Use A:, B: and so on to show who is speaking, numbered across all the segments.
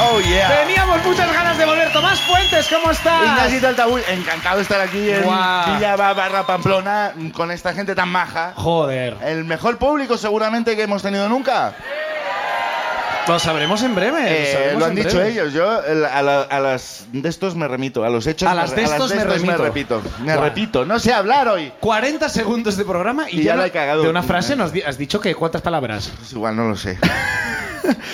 A: Oh, yeah.
B: Teníamos muchas ganas de volver. Tomás Fuentes, ¿cómo estás?
A: Ignacito Altabuy, encantado de estar aquí en
B: Guau.
A: Villa Ba- Barra Pamplona mm, con esta gente tan maja.
B: Joder.
A: El mejor público seguramente que hemos tenido nunca.
B: Lo sabremos en breve. lo
A: Eh,
B: sabremos
A: lo han
B: en
A: dicho
B: breve.
A: ellos. Yo el- a, la- a las de estos me remito, a los hechos
B: A las de estos me remito.
A: repito. Me
B: Guau.
A: repito, no sé hablar hoy.
B: 40 segundos de programa y,
A: Y ya
B: no-
A: la he cagado.
B: De una frase nos di- has dicho que cuántas palabras.
A: Pues igual no lo sé.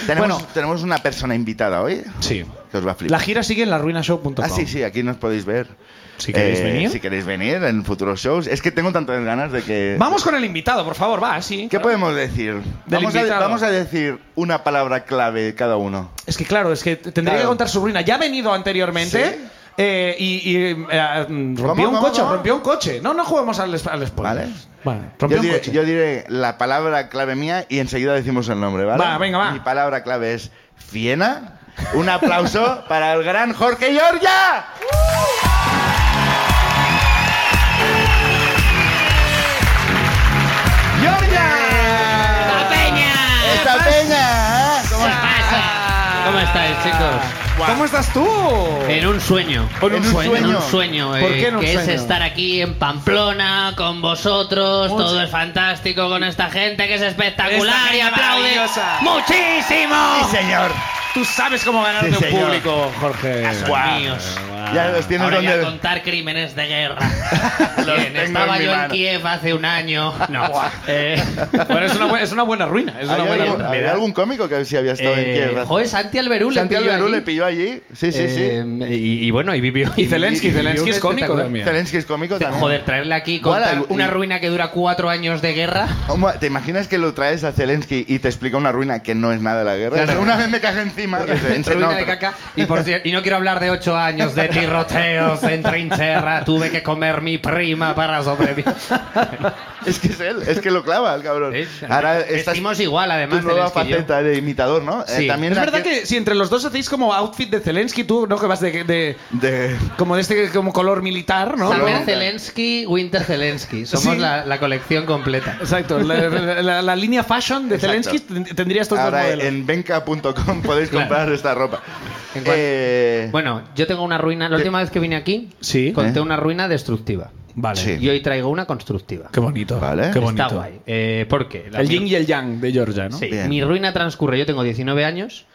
A: tenemos,
B: Bueno.
A: tenemos una persona invitada hoy
B: Sí.
A: que os va a flipar.
B: La gira sigue en laruinashow.com.
A: Ah, sí, sí, aquí nos podéis ver. Eh,
B: Si queréis venir.
A: Si queréis venir en futuros shows. Es que tengo tantas ganas de que...
B: Vamos con el invitado, por favor, va, sí.
A: ¿Qué
B: claro.
A: podemos decir? Vamos a,
B: invitado.
A: vamos a decir una palabra clave cada uno.
B: Es que claro, es que t- tendría
A: Claro.
B: que contar su ruina. Ya ha venido anteriormente.
A: Sí.
B: eh, y y, eh, mm, rompió
A: ¿Cómo,
B: un
A: cómo,
B: coche,
A: cómo?
B: rompió un coche. No, no juguemos al, es- al spoiler.
A: Vale.
B: Vale,
A: Yo
B: rompió un
A: diré,
B: coche.
A: yo diré la palabra clave mía y enseguida decimos el nombre, ¿vale?
B: Va, venga, va.
A: Mi palabra clave es Fiena. Un aplauso para el gran Jorge Giorgia.
C: ¡La
A: ¡Giorgia!
C: peña!
A: ¡Esta peña! ¿eh? ¿Cómo
C: ¿Qué pasa? ¿Cómo estáis, chicos?
B: Ah. ¿Cómo estás tú?
C: En un sueño.
A: En un sueño.
C: En un sueño, eh,
B: ¿Por qué en un
C: que es
B: sueño?
C: estar aquí en Pamplona con vosotros,
B: Mucho.
C: todo es fantástico con esta gente que es
B: Esta
C: espectacular y
B: gente
C: aplaude
B: maravillosa.
C: muchísimo.
A: Sí, señor.
B: Tú sabes cómo ganarte
A: Sí,
B: un
A: señor.
B: público, Jorge.
C: Dios
A: Guau.
C: míos.
A: Ya los tienes
C: Ahora
A: donde-
C: ya contar crímenes de guerra.
A: Los
C: Bien,
A: tengo
C: estaba
A: en mi
C: yo en
A: mano.
C: Kiev hace un año. No. Eh,
B: Bueno, es una, bu- es una buena ruina. Es una
A: ¿Había
B: buena
A: algún,
B: ruina.
A: había algún cómico que sí había estado en
C: eh,
A: tierra?
C: joder, Santi Alberú le
A: Santiago
C: pilló
A: Barú
C: allí.
A: le pilló allí. Sí, sí, sí.
C: Eh, y, y bueno, y vivió.
B: Y Zelensky,
C: y- y
B: Zelensky
C: vivió
B: es
C: un
B: cómico
C: espectacular.
B: también.
A: este Zelensky es cómico también.
C: Joder, traerle aquí
A: Igual
C: contar
A: algo-
C: una
A: y-
C: ruina que dura cuatro años de guerra.
A: Homo, ¿Te imaginas que lo traes a Zelensky y te explica una ruina que no es nada la guerra?
C: Claro.
A: Una vez me cago encima. Dice,
C: Ruina
A: no,
C: de
A: pero-
C: caca. Y, por cier- y no quiero hablar de ocho años de tiroteos en trinchera. Tuve que comer mi prima para sobrevivir.
A: Ah, es que es él, es que lo clava el cabrón.
C: Es-
A: Ahora estás
C: Vestimos igual,
A: tu
C: además.
A: nueva
C: Zelensky y yo.
A: faceta de imitador, ¿no? Eh,
C: Sí.
A: también
B: Es
A: la
B: verdad que si entre los dos hacéis como outfit de Zelensky, tú, ¿no? Que vas de, de-
A: de-
B: como de este como color militar, ¿no?
C: Summer
A: ¿no?
C: Zelensky, Winter Zelensky. Somos
B: Sí.
C: la, la colección completa.
B: Exacto. La, la- la- la línea fashion de
A: Exacto.
B: Zelensky ten- tendría estos dos
A: Ahora
B: modelos.
A: en venca.com podéis
C: Claro.
A: comprar esta ropa.
C: ¿En cuál?
A: Eh,
C: Bueno, yo tengo una ruina. La última vez que vine aquí,
B: Sí.
C: conté
A: ¿Eh?
C: una ruina destructiva.
B: Vale.
A: Sí.
C: Y hoy traigo una constructiva.
B: Qué bonito.
A: Vale.
B: Qué bonito.
C: Está guay. Eh, ¿Por qué? La
B: El
C: mía-
B: yin y el yang de Georgia, ¿no?
C: Sí,
A: Bien.
C: mi ruina transcurre. Yo tengo 19 años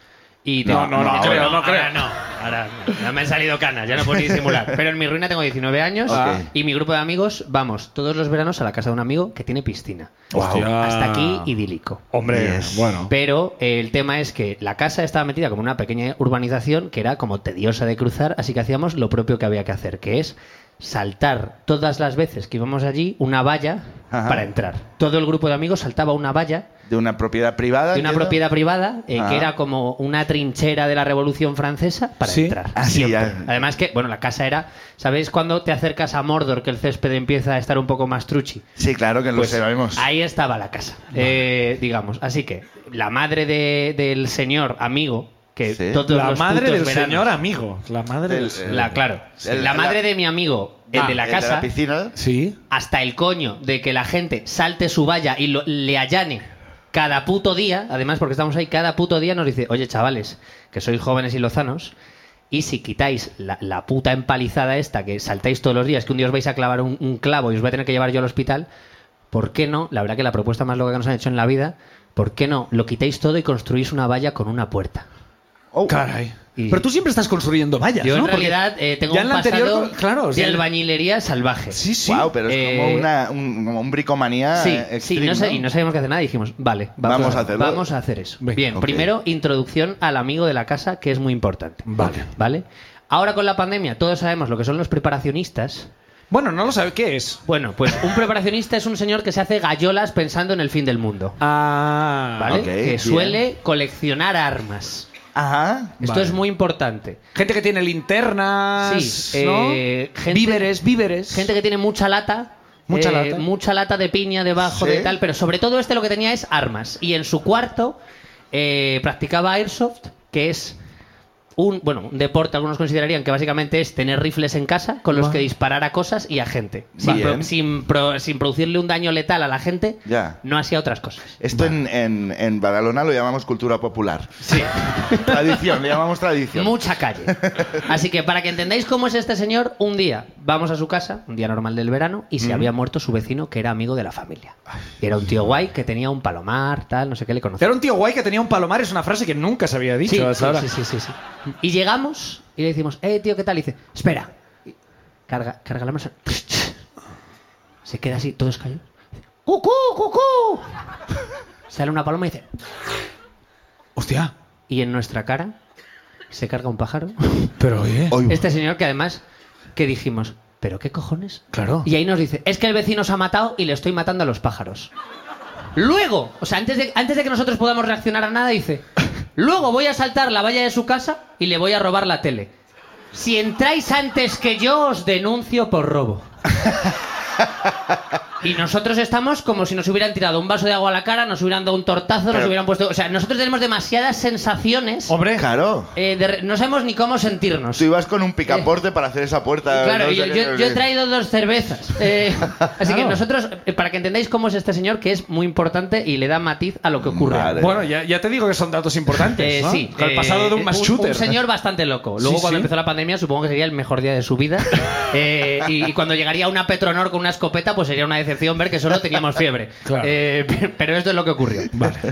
C: y
B: No,
C: tengo-
B: no, no creo, no creo.
C: Ahora no, ahora no. Ya me han salido canas, ya no puedo ni disimular. Pero en mi ruina tengo 19 años
A: Ah.
C: y mi grupo de amigos vamos todos los veranos a la casa de un amigo que tiene piscina.
A: Guau.
B: Hostia.
C: Hasta aquí idílico.
B: Ah. Hombre,
A: Yes.
B: bueno.
C: Pero eh, el tema es que la casa estaba metida como en una pequeña urbanización que era como tediosa de cruzar, así que hacíamos lo propio que había que hacer, que es saltar todas las veces que íbamos allí una valla
A: Ajá.
C: para entrar. Todo el grupo de amigos saltaba una valla
A: De una propiedad
B: Ah,
A: privada.
C: de una
A: entiendo.
C: propiedad privada eh,
A: Ah.
C: que era como una trinchera de la Revolución Francesa para
B: Sí.
C: entrar.
A: Ah, sí,
C: siempre.
A: ya.
C: Además que, bueno, la casa era, ¿sabéis cuando te acercas a Mordor que el césped empieza a estar un poco más truchi?
A: Sí, claro que lo
C: Pues
A: sabemos.
C: ahí estaba la casa, eh, digamos. Así que la madre de- del señor amigo que
A: Sí.
C: todos
B: La
C: los
B: madre
C: putos
B: del
C: veranos-
B: señor amigo. La madre
A: ¿Eh? El-
B: del señor.
C: la claro,
A: El-
C: la madre
A: la-
C: de mi amigo, el
A: Ah,
C: de la
A: el
C: casa,
A: piscina.
B: Sí.
C: hasta el coño de que la gente salte su valla y lo- le allane cada puto día, además porque estamos ahí cada puto día, nos dice, oye chavales, que sois jóvenes y lozanos, y si quitáis la, la puta empalizada esta que saltáis todos los días, que un día os vais a clavar un, un clavo y os voy a tener que llevar yo al hospital, ¿por qué no? La verdad que la propuesta más loca que nos han hecho en la vida, ¿por qué no? Lo quitáis todo y construís una valla con una puerta.
A: Oh.
B: Caray.
C: Y-
B: Pero tú siempre estás construyendo vallas,
C: Yo
B: ¿no?
C: en
B: Porque
C: realidad eh, tengo
B: ya
C: un
B: en la anterior,
C: pasado
B: claro, o sea,
C: de albañilería salvaje.
B: Sí, sí.
A: Wow, pero es como,
C: Eh,
A: una, un, como un bricomanía.
C: Sí,
A: eh,
C: sí,
A: extreme,
C: no sé- y no sabíamos qué hacer nada. Dijimos, vale, vamos,
A: Vamos a
C: a,
A: hacerlo.
C: vamos a hacer eso.
B: Venga,
C: Bien,
A: ok.
C: primero introducción al amigo de la casa, que es muy importante.
B: Vale.
C: ¿Vale? Ahora con la pandemia todos sabemos lo que son los preparacionistas.
B: Bueno, no lo sabe. ¿Qué es?
C: Bueno, pues un preparacionista es un señor que se hace gallolas pensando en el fin del mundo.
B: Ah.
C: ¿Vale?
A: ok,
C: que
A: bien.
C: suele coleccionar armas.
A: Ajá.
C: Esto
B: Vale.
C: es muy importante.
B: Gente que tiene linternas.
C: Sí,
B: ¿no?
C: eh, gente-
B: víveres, víveres.
C: Gente que tiene mucha lata. eh,
B: Mucha lata.
C: Mucha lata de piña debajo
A: Sí.
C: de tal, pero sobre todo este lo que tenía es armas. Y en su cuarto eh, practicaba airsoft, que es un, bueno, un deporte, algunos considerarían que básicamente es tener rifles en casa con los
B: Va.
C: que disparar a cosas y a gente. Sin,
A: Bien.
C: pro- sin, pro- sin producirle un daño letal a la gente,
A: Ya.
C: no hacía otras cosas.
A: Esto en, en, en Badalona lo llamamos cultura popular.
C: Sí.
A: Tradición, le llamamos tradición.
C: Mucha calle. Así que para que entendáis cómo es este señor, un día vamos a su casa, un día normal del verano, y
A: Mm.
C: se había muerto su vecino que era amigo de la familia. Y era un tío guay que tenía un palomar, tal, no sé qué le conocía.
B: Era un tío guay que tenía un palomar, es una frase que nunca se había dicho
C: Sí,
B: hasta ahora.
C: sí, sí, sí, sí, sí. Y llegamos y le decimos, eh, tío, ¿qué tal? Y dice, espera. Y Carga, carga la mano. Se queda así, todos callados. ¡Cucú, cucú! Sale una paloma y dice...
B: Hostia,
C: Y en nuestra cara se carga un pájaro.
B: pero oye.
A: Hoy-
C: Este señor que además, que dijimos, ¿pero qué cojones?
B: Claro.
C: Y ahí nos dice, es que el vecino se ha matado y le estoy matando a los pájaros. Luego, o sea, antes de, antes de que nosotros podamos reaccionar a nada, dice, luego voy a saltar la valla de su casa y le voy a robar la tele. Si entráis antes que yo, os denuncio por robo. Y nosotros estamos como si nos hubieran tirado un vaso de agua a la cara, nos hubieran dado un tortazo, nos
A: Pero-
C: hubieran puesto... O sea, nosotros tenemos demasiadas sensaciones.
B: Hombre,
A: Claro.
B: Oh.
C: eh, de re- no sabemos ni cómo sentirnos. Eh.
A: Tú ibas con un picaporte para hacer esa puerta.
C: Claro,
A: Ah, no sé
C: yo,
A: qué,
C: yo-
A: no sé
C: yo he
A: qué.
C: traído dos cervezas. Eh, así que
B: Claro.
C: nosotros, eh, para que entendáis cómo es este señor, que es muy importante y le da matiz a lo que ocurre.
A: Vale.
B: bueno, ya, ya te digo que son datos importantes.
C: Eh,
B: ¿no?
C: Sí,
B: El
C: eh,
B: pasado de un mass shooter.
C: Un señor bastante loco. Luego,
B: Sí,
C: cuando
B: sí.
C: empezó la pandemia, supongo que sería el mejor día de su vida. Eh, y, y cuando llegaría una Petronor con una escopeta, pues sería una decepción ver que solo teníamos fiebre.
B: Claro.
C: Eh, pe- pero esto es lo que ocurrió.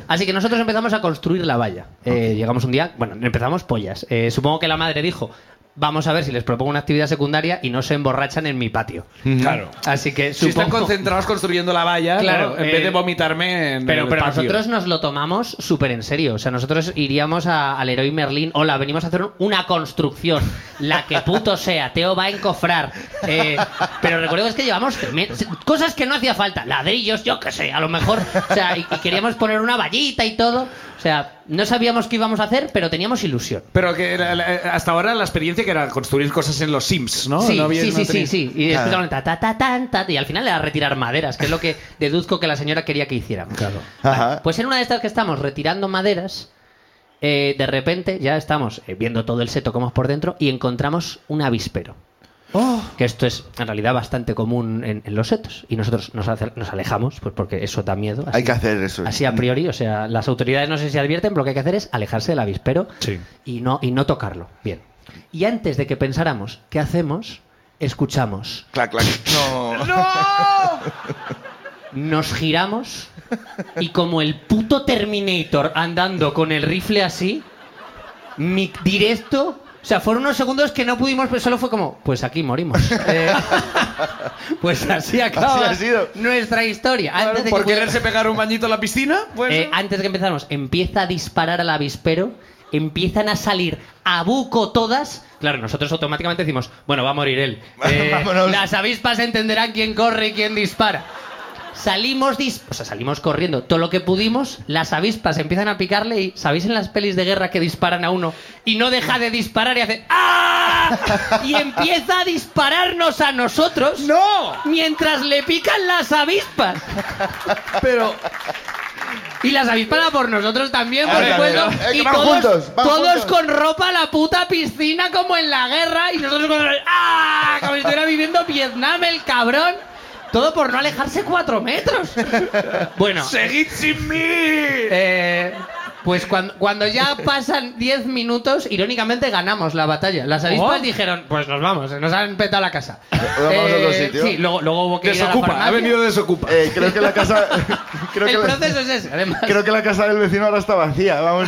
C: Así que nosotros empezamos a construir la valla. Eh, Llegamos un día, bueno, empezamos pollas. Eh, supongo que la madre dijo. Vamos a ver si les propongo una actividad secundaria y no se emborrachan en mi patio.
B: Claro.
C: Así que
B: Si están
C: supongo-
B: concentrados construyendo la valla,
C: Claro,
B: ¿no? en
C: eh,
B: vez de vomitarme en
C: Pero,
B: el
C: pero
B: patio.
C: nosotros nos lo tomamos súper en serio. O sea, nosotros iríamos a- al Heroi Merlín. Hola, venimos a hacer un- una construcción. La que puto sea. Teo va a encofrar. Eh, pero recuerdo que es que llevamos me- cosas que no hacía falta. Ladrillos, yo qué sé, a lo mejor. O sea, y, y queríamos poner una vallita y todo. O sea, no sabíamos qué íbamos a hacer, pero teníamos ilusión.
B: Pero que la- la- hasta ahora la experiencia que era construir cosas en los Sims, ¿no?
C: Sí,
B: No había-
C: sí,
B: no
C: sí,
B: tenía- Ah.
C: sí, sí. Y
A: Claro.
C: empezaron ta, ta, ta, tan, ta, y al final era retirar maderas, que es lo que deduzco que la señora quería que hiciéramos.
B: Claro.
C: Vale,
A: Ajá.
C: pues en una de estas que estamos retirando maderas, eh, de repente ya estamos eh, viendo todo el seto como es por dentro y encontramos un avispero.
B: Oh.
C: Que esto es en realidad bastante común en, en los setos. Y nosotros nos, acer- nos alejamos, pues porque eso da miedo. así-
A: Hay que hacer eso.
C: Así a priori, o sea, las autoridades no sé si advierten, pero lo que hay que hacer es alejarse del avispero
B: Sí.
C: y, no, y no tocarlo. Bien. Y antes de que pensáramos qué hacemos, escuchamos,
A: Clac, clac. No.
C: nos giramos y como el puto Terminator andando con el rifle así, mi directo... O sea, fueron unos segundos que no pudimos, pero solo fue como, pues aquí morimos. Eh, pues así acaba
A: ha sido.
C: nuestra historia.
B: Claro,
C: Antes de
B: por
C: que pudiera-
B: quererse pegar un bañito en la piscina, pues.
C: Eh, antes de que empezáramos, empieza a disparar al avispero, empiezan a salir a buco todas. Claro, nosotros automáticamente decimos, bueno, va a morir él. Eh,
A: Vámonos.
C: las avispas entenderán quién corre y quién dispara. Salimos, dis- o sea, salimos corriendo todo lo que pudimos, las avispas empiezan a picarle y, ¿sabéis en las pelis de guerra que disparan a uno y no deja de disparar y hace ¡Ah! Y empieza a dispararnos a nosotros
B: ¡No!
C: mientras le pican las avispas.
B: Pero.
C: Y las avispas por nosotros también, por
A: Ahora,
C: supuesto.
A: eh, que
C: Y
A: van
C: todos,
A: juntos, van
C: todos
A: juntos.
C: con ropa a la puta piscina como en la guerra. Y nosotros con... ¡Ah! Como si estuviera viviendo Vietnam el cabrón. Todo por no alejarse cuatro metros. Bueno,
B: ¡Seguid sin mí!
C: eh, pues cuando, cuando ya pasan diez minutos, irónicamente ganamos la batalla. Las avispas
B: Oh.
C: dijeron, pues nos vamos, nos han petado la casa. Eh,
A: Vamos a otro sitio.
C: Sí, luego, luego hubo que ir a la
B: desocupa, ha
C: farmacia.
B: venido desocupa.
A: Eh, creo que la casa. creo, que
C: El
A: la,
C: proceso es ese, además.
A: creo que la casa del vecino ahora está vacía. Vamos.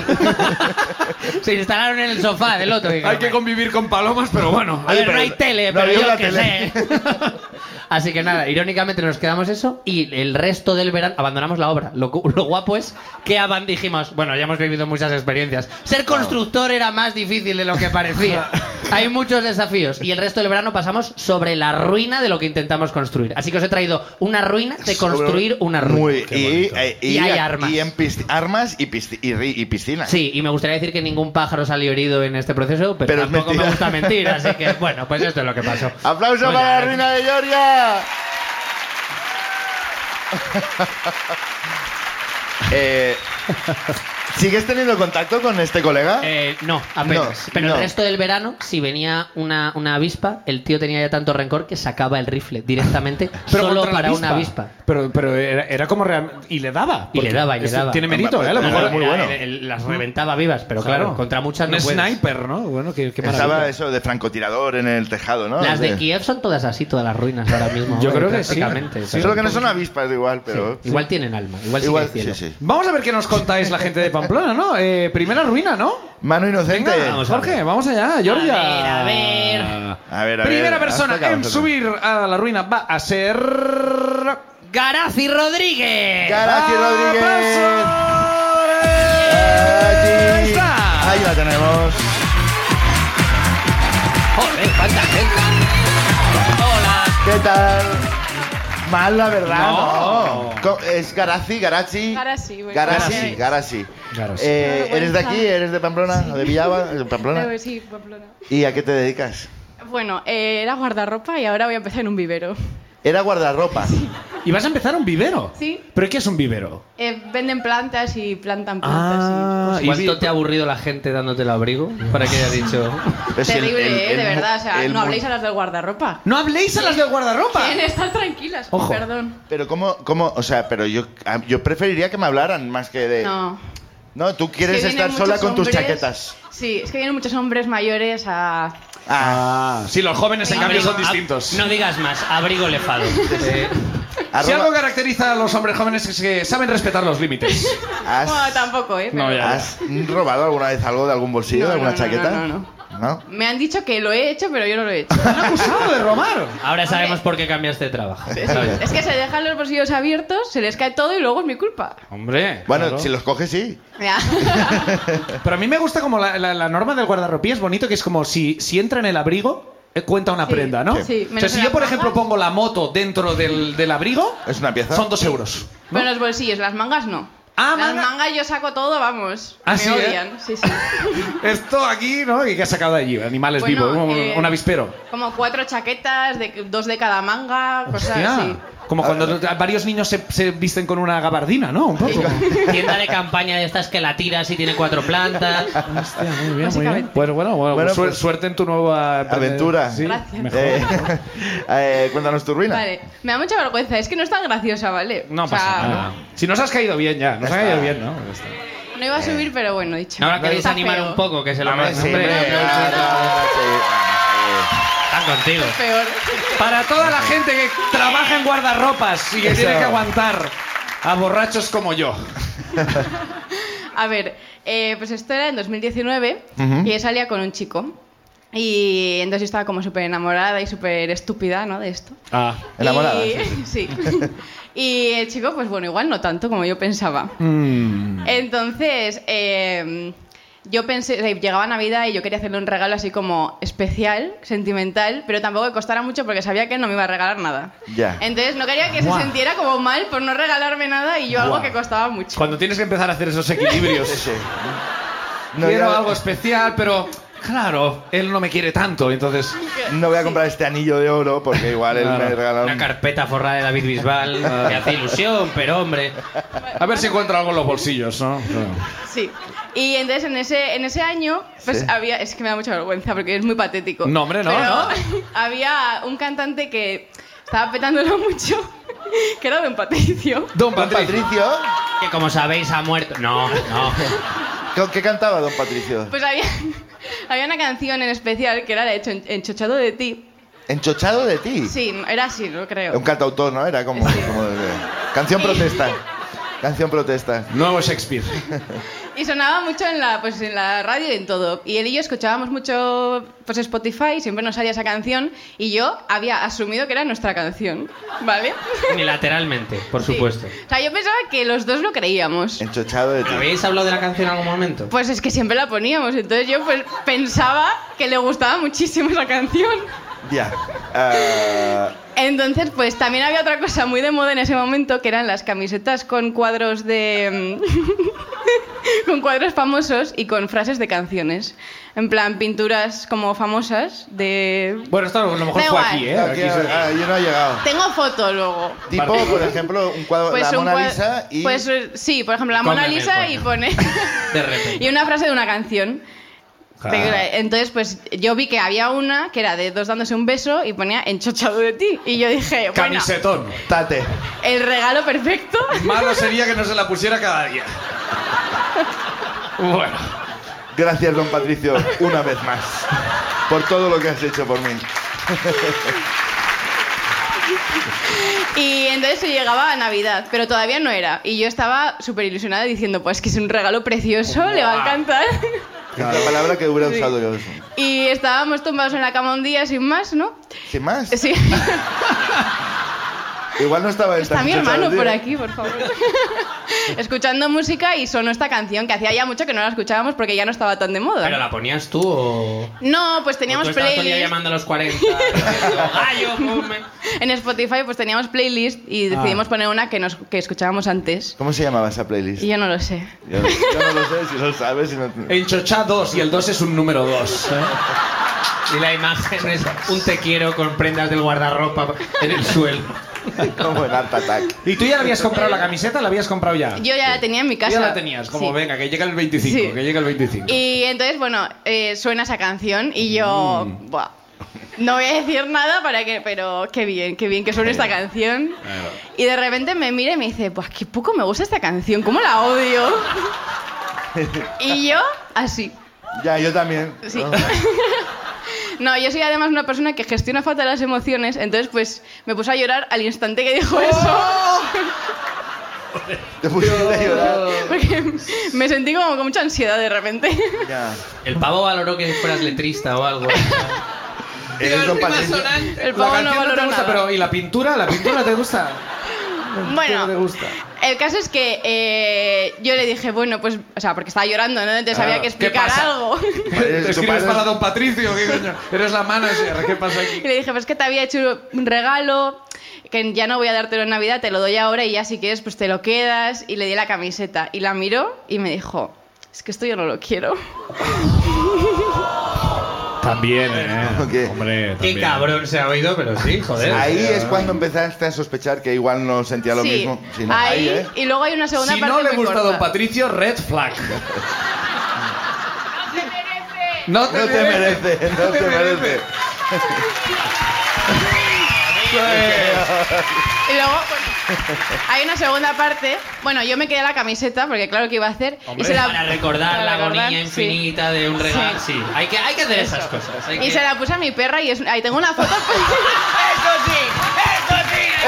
C: Se instalaron en el sofá del otro.
B: Hay
C: dijeron.
B: que convivir con palomas, pero bueno.
C: A
A: Oye,
C: ver,
A: pero
C: no hay tele,
A: no
C: pero
A: había
C: yo
A: una
C: qué
A: tele.
C: sé. Así que nada, irónicamente nos quedamos eso y el resto del verano abandonamos la obra. Lo, cu- lo guapo es que aban dijimos, bueno, ya hemos vivido muchas experiencias. Ser constructor era más difícil de lo que parecía. Hay muchos desafíos y el resto del verano pasamos sobre la ruina de lo que intentamos construir. Así que os he traído una ruina de construir una ruina.
A: Muy, y, eh,
C: Y hay armas.
A: Y en pisci- armas y, pisci- y ri- y piscinas.
C: Sí, y me gustaría decir que ningún pájaro salió herido en este proceso, pero,
A: Pero es
C: tampoco me
A: mentira.
C: gusta mentir, así que bueno, pues esto es lo que pasó.
A: ¡Aplauso para
C: Pues nada,
A: la reina de Georgia! Eh, ¿Sigues teniendo contacto con este colega?
C: Eh, no, apenas.
A: No,
C: Pero
A: no.
C: el resto del verano, si venía una, una avispa, el tío tenía ya tanto rencor que sacaba el rifle directamente
B: Pero
C: solo
B: contra la
C: para una avispa.
B: Pero, pero era, era como real... Y le daba.
C: Y le
B: porque
C: daba, y le
B: eso
C: daba.
B: Tiene mérito, ¿eh? A lo
A: Hombre,
B: mejor
A: era muy bueno.
C: el- el- las reventaba vivas, pero claro,
B: Claro.
C: contra muchas no
B: un
C: puedes.
B: sniper, ¿no? Bueno, qué, qué
A: Estaba
B: maravilla.
A: eso de francotirador en el tejado, ¿no?
C: Las de
A: Ah, Sí.
C: Kiev son todas así, todas las ruinas ahora mismo.
B: Yo
C: hombre,
B: creo que sí.
C: prácticamente.
B: Sí,
A: Solo que no son avispas igual, pero...
C: Igual tienen alma, igual,
A: Igual,
C: sí que hay
A: sí,
C: cielo.
A: sí.
B: Vamos a ver qué nos contáis la gente de Pamplona, ¿no? Eh, primera ruina, ¿no?
A: Mano inocente.
B: Venga,
C: vamos.
B: Jorge, vamos allá, Georgia.
C: A ver, a
A: A ver, a ver.
B: Primera persona
A: Hasta acá,
B: en
A: hasta acá.
B: subir a la ruina va a ser.
C: Garazi Rodríguez.
A: Garaci Rodríguez.
B: ¡Aplausos!
A: Allí.
B: está.
A: Ahí la tenemos.
C: Joder, cuánta gente. Hola.
A: ¿Qué tal? Mal, la verdad,
B: No.
A: no. Co- Es Garazi, Garachi.
D: Garazi, bueno.
A: Garazi,
D: Garazi.
A: Garazi.
B: Garazi.
A: Eh,
D: Qué
A: ¿Eres de aquí?
D: vergüenza.
A: ¿Eres de Pamplona? ¿O de Villava? ¿De Pamplona?
D: Eh, sí, Pamplona.
A: ¿Y a qué te dedicas?
D: Bueno, eh, era guardarropa y ahora voy a empezar en un vivero.
A: Era guardarropa.
B: ¿Y vas a empezar un vivero?
D: Sí.
B: ¿Pero qué es un vivero?
D: Eh, venden plantas y plantan plantas.
B: Ah,
D: y cosas.
C: ¿Cuánto te ha aburrido la gente dándote el abrigo? Para que haya dicho.
A: Pero si el-
D: Terrible,
A: el-
D: eh,
A: el
D: de
A: mu-
D: verdad. O sea,
A: el
D: no
A: mu-
D: habléis a las del guardarropa.
B: ¡No habléis a las del guardarropa!
D: Quieren estar tranquilas,
B: Ojo.
D: perdón.
A: Pero cómo, cómo, o sea, pero yo, a- yo preferiría que me hablaran más que de...
D: No.
A: No, tú
D: Es que
A: quieres
D: vienen
A: estar
D: muchos
A: sola con tus
D: hombres-
A: chaquetas.
D: Sí, es que vienen muchos hombres mayores a.
A: Ah,
B: Ah, sí, los jóvenes en cambio
C: Abrigo-
B: son distintos.
C: ab- No digas más, abrigo lefado. Eh,
B: Si
A: arroba-
B: algo caracteriza a los hombres jóvenes es que saben respetar los límites.
A: ¿has,
D: Bueno, tampoco, ¿eh?
B: Ah. No,
D: pero-
B: ya.
A: has robado alguna vez algo de algún bolsillo, de
D: No,
A: alguna
D: no, no,
A: chaqueta?
D: no, no,
A: ¿No?
D: Me han dicho que lo he hecho, pero yo no lo he hecho.
B: Han acusado de robar.
C: Ahora sabemos por qué cambiaste de trabajo.
A: Ah,
C: ¿sabes?
D: es que se dejan los bolsillos abiertos, se les cae todo y luego es mi culpa.
B: Hombre.
A: Bueno,
B: claro.
A: si los coges, sí.
D: Ya.
B: Pero a mí me gusta como la, la- la norma del guardarropía es bonito, que es como si, si entra en el abrigo, eh, cuenta una
D: Sí,
B: prenda, ¿no?
D: sí. Sí,
B: o sea,
D: menos
B: si
D: en
B: yo,
D: las
B: por ejemplo,
D: mangas.
B: pongo la moto dentro del, del abrigo,
A: Es una pieza.
B: son dos euros.
D: Pero los bolsillos, las mangas no.
B: Ah,
D: las
B: manga-
D: mangas yo saco todo, vamos.
B: Ah,
D: me
B: sí, ¿eh?
D: odian. Sí, sí.
B: Esto aquí, ¿no? ¿Y qué has sacado de allí? Animales
D: Bueno,
B: vivos, un,
D: eh,
B: un avispero.
D: Como cuatro chaquetas, de, dos de cada manga, cosas
B: Hostia.
D: así.
B: Como cuando varios niños se, se visten con una gabardina, ¿no? Un poco.
C: Tienda de campaña de estas que la tiras y tiene cuatro plantas.
B: Hostia, muy bien, muy bien.
D: Básicamente.
B: Pues bueno, bueno,
A: Bueno,
B: suer-
A: pues-
B: suerte en tu nueva
A: Aventura.
B: Sí,
D: Gracias.
B: mejor.
A: Eh, eh, cuéntanos tu ruina.
D: Vale, me da mucha vergüenza, es que no es tan graciosa, ¿vale?
B: No
D: O sea,
B: pasa nada. Si nos has caído bien ya, nos ha caído bien, ¿no?
D: No iba a subir, pero bueno, dicho.
C: Ahora queréis
D: Está
C: animar
D: feo.
C: un poco, que se lo
A: Hombre,
C: merecen.
A: sí, hombre,
C: Hombre,
A: ah, sí,
C: Están contigo.
D: Peor.
B: Para toda la gente que trabaja en guardarropas y que
A: Eso.
B: tiene que aguantar a borrachos como yo.
D: A ver, eh, pues esto era en 2019
A: Ujú.
D: y yo salía con un chico. Y entonces yo estaba como súper enamorada y súper estúpida, ¿no? De esto.
B: Ah.
A: Enamorada,
D: Y, sí. y el chico, pues bueno, igual no tanto como yo pensaba.
B: Mm.
D: Entonces, eh, yo pensé, o sea, llegaba Navidad y yo quería hacerle un regalo así como especial, sentimental, pero tampoco que costara mucho porque sabía que él no me iba a regalar nada.
A: Ya.
D: Entonces no quería que
B: Buah.
D: se sintiera como mal por no regalarme nada y yo algo
B: Buah.
D: que costaba mucho.
B: Cuando tienes que empezar a hacer esos equilibrios.
A: sí, sí. No,
B: Quiero
A: voy a-
B: algo especial, pero claro, él no me quiere tanto, entonces.
A: no voy a comprar este anillo de oro porque igual él
B: Claro.
A: me regaló
C: Una
A: un-
C: carpeta forrada de David Bisbal que hace ilusión, pero hombre.
B: A ver si encuentro algo en los bolsillos, ¿no?
D: Sí. Y entonces en ese, en ese año, pues
A: Sí.
D: había. Es que me da mucha vergüenza porque es muy patético.
B: No, hombre, no,
D: Pero
B: no.
D: había un cantante que estaba petándolo mucho, que era Don Patricio.
B: Don
A: Don
B: Patricio.
A: Patricio.
C: Que como sabéis ha muerto. No, no.
A: ¿Con ¿Qué cantaba Don Patricio?
D: Pues había, había una canción en especial que era la de Encho- Enchochado de ti.
A: Enchochado de ti.
D: Sí, era así, no creo.
A: Un cantautor, ¿no? Era como. como de- Canción protesta. Canción protesta.
B: Nuevo Shakespeare.
D: Y sonaba mucho en la, pues, en la radio y en todo. Y él y yo escuchábamos mucho pues, Spotify, siempre nos salía esa canción. Y yo había asumido que era nuestra canción, ¿vale?
C: Unilateralmente, por supuesto.
D: Sí. O sea, yo pensaba que los dos lo creíamos.
A: Enchochado de
C: ¿Pero
A: ti.
C: ¿Habéis hablado de la canción en algún momento?
D: Pues es que siempre la poníamos, entonces yo pues pensaba que le gustaba muchísimo esa canción.
A: Ya. Ah,
D: Entonces, pues también había otra cosa muy de moda en ese momento, que eran las camisetas con cuadros de... mm, con cuadros famosos y con frases de canciones. En plan, pinturas como famosas de...
B: Bueno, esto a lo mejor
D: Da
B: fue
D: igual.
B: aquí, ¿eh? Aquí
A: Aquí,
B: se-
A: ah, yo no he llegado.
D: Tengo foto luego.
A: Tipo, por ejemplo, un cuadro de la
D: Pues un
A: Mona
D: cua-
A: Lisa y
D: Pues eh, sí, por ejemplo, la
C: Cómeme
D: Mona
C: el
D: Lisa
C: coño.
D: y pone...
C: De repente.
D: y una frase de una canción.
B: Claro.
D: Entonces, pues yo vi que había una que era de dos dándose un beso y ponía enchochado de ti. Y yo dije, bueno,
B: Camisetón.
A: Tate.
D: el regalo perfecto.
B: Malo sería que no se la pusiera cada día. Bueno.
A: Gracias, don Patricio, una vez más, por todo lo que has hecho por mí.
D: Y entonces se llegaba a Navidad, pero todavía no era. Y yo estaba súper ilusionada diciendo, pues que es un regalo precioso, le va a encantar.
A: La palabra que hubiera
D: Sí.
A: usado yo.
D: Y estábamos tumbados en la cama un día sin más, ¿no?
A: ¿Qué más?
D: Sí.
A: Igual no estaba él
D: Está
A: tan
D: mi
A: chochado,
D: hermano
A: tío.
D: por aquí, por favor. Escuchando música y sonó esta canción que hacía ya mucho que no la escuchábamos porque ya no estaba tan de moda.
C: ¿Pero la ponías tú o...?
D: No, pues
C: o
D: teníamos
C: tú estabas todo el día
D: playlist.
C: llamando a los 40. diciendo, "Gallo, ponme".
D: En Spotify pues teníamos playlist
C: Ah.
D: y decidimos poner una que nos que escuchábamos antes.
A: ¿Cómo se llamaba esa
C: Pues
A: playlist?
D: Y yo no lo sé.
A: Yo, yo no lo sé si lo sabes. Si no...
B: En Chocha 2 y el 2 es un número ¿eh? 2.
C: Y la imagen es un te quiero con prendas del guardarropa en el suelo.
A: Como en Art Attack.
B: ¿Y tú ya le habías comprado la camiseta? ¿La habías comprado ya?
C: Ah,
D: Yo ya la tenía en mi
B: Tú
D: casa.
B: ya la tenías, como
D: Sí.
B: venga, que llega el 25,
D: Sí.
B: que llega el 25.
D: Y entonces, bueno, eh, suena esa canción y yo... buah, no voy a decir nada para que... Pero qué bien, qué bien que suene esta canción. Y de repente me mira y me dice, pues qué poco me gusta esta canción, cómo la odio. y yo, así.
A: Ya, yo también.
D: Sí.
A: ¿no?
D: No, yo soy además una persona que gestiona fatal las emociones, entonces pues me puse a llorar al instante que dijo eso,
A: Te pusiste a llorar.
D: porque me sentí como con mucha ansiedad de repente.
A: Ya.
C: El pavo valoró que fueras letrista o algo.
A: Eres don Patricio.
D: El
B: la
D: pavo
B: canción
D: no
B: no te
D: valoró
B: gusta,
D: nada.
B: pero ¿y la pintura? ¿La pintura te gusta?
D: Bueno,
B: te gusta?
D: el caso es que eh, yo le dije, bueno, pues, o sea, porque estaba llorando, ¿no? Entonces
B: Claro.
D: había que
B: Ah, ¿Qué
D: explicar
B: pasa?
D: algo.
A: Eres-
B: ¿Te
A: tu
B: escribes
A: padre-
B: para Don Patricio? ¿Qué coño? Eres la manager, ¿qué pasa
D: Y
B: aquí?
D: le dije, pues que te había hecho un regalo, que ya no voy a dártelo en Navidad, te lo doy ahora y ya si quieres, pues te lo quedas. Y le di la camiseta y la miró y me dijo, es que esto yo no lo quiero.
B: También, ¿eh?
A: Ok.
B: Hombre,
C: Qué cabrón se ha oído, pero sí, joder.
A: Ahí es cuando empezaste a sospechar que igual no sentía lo
D: sí,
A: mismo. Si no, ahí,
D: ahí,
A: ¿eh?
D: y luego hay una segunda
B: Si
D: parte
B: no le
D: muy
B: gusta a
D: corta.
B: Don Patricio, red flag. No te
A: No te merece, no te merece.
D: Y luego pues, bueno, hay una segunda parte. Bueno, yo me quedé la camiseta porque claro que iba a hacer. y se la,
C: para recordar
D: para
C: la
D: recordar,
C: agonía
D: sí.
C: infinita de un regalo. Sí, Hay, que, hay que hacer esas cosas. hay
D: Y
C: que-
D: se la puse a mi perra y es- ahí tengo una foto.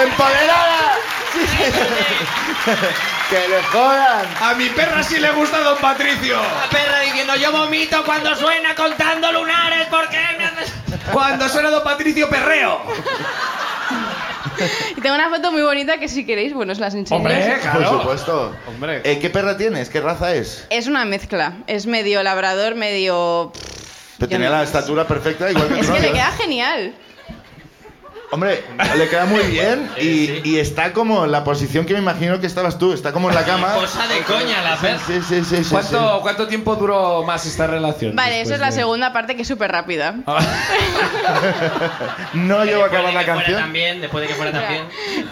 A: ¡Empoderada! Sí. ¡Que le jodan!
B: A mi perra sí le gusta Don Patricio.
C: La perra diciendo yo vomito cuando suena contando lunares, ¿por qué me haces?
B: Cuando suena Don Patricio, perreo.
D: y tengo una foto muy bonita que si queréis, bueno, os las enseño.
B: Hombre,
A: Por
B: claro.
A: supuesto.
B: Hombre.
A: Eh, ¿Qué perra tienes? ¿Qué raza es?
D: Es una mezcla. Es medio labrador, medio.
A: Te
D: Yo
A: tenía
D: no
A: la
D: sé.
A: estatura perfecta, igual que
D: Es
A: tu
D: que le
A: novio. ¿eh?
D: queda genial.
A: Hombre, le queda muy bien y,
C: Sí, sí.
A: y está como en la posición que me imagino que estabas tú. Está como en la cama.
C: Cosa de coña la perra.
A: Sí, sí, sí. sí,
B: ¿Cuánto, ¿Cuánto tiempo duró más esta relación?
D: Vale, esa
B: después
D: es la
B: de-
D: segunda parte que es súper rápida.
A: sí. No llevo a
C: Después
A: acabar
C: de
A: la
C: que fuera
A: canción.
C: También, después de que fuera también.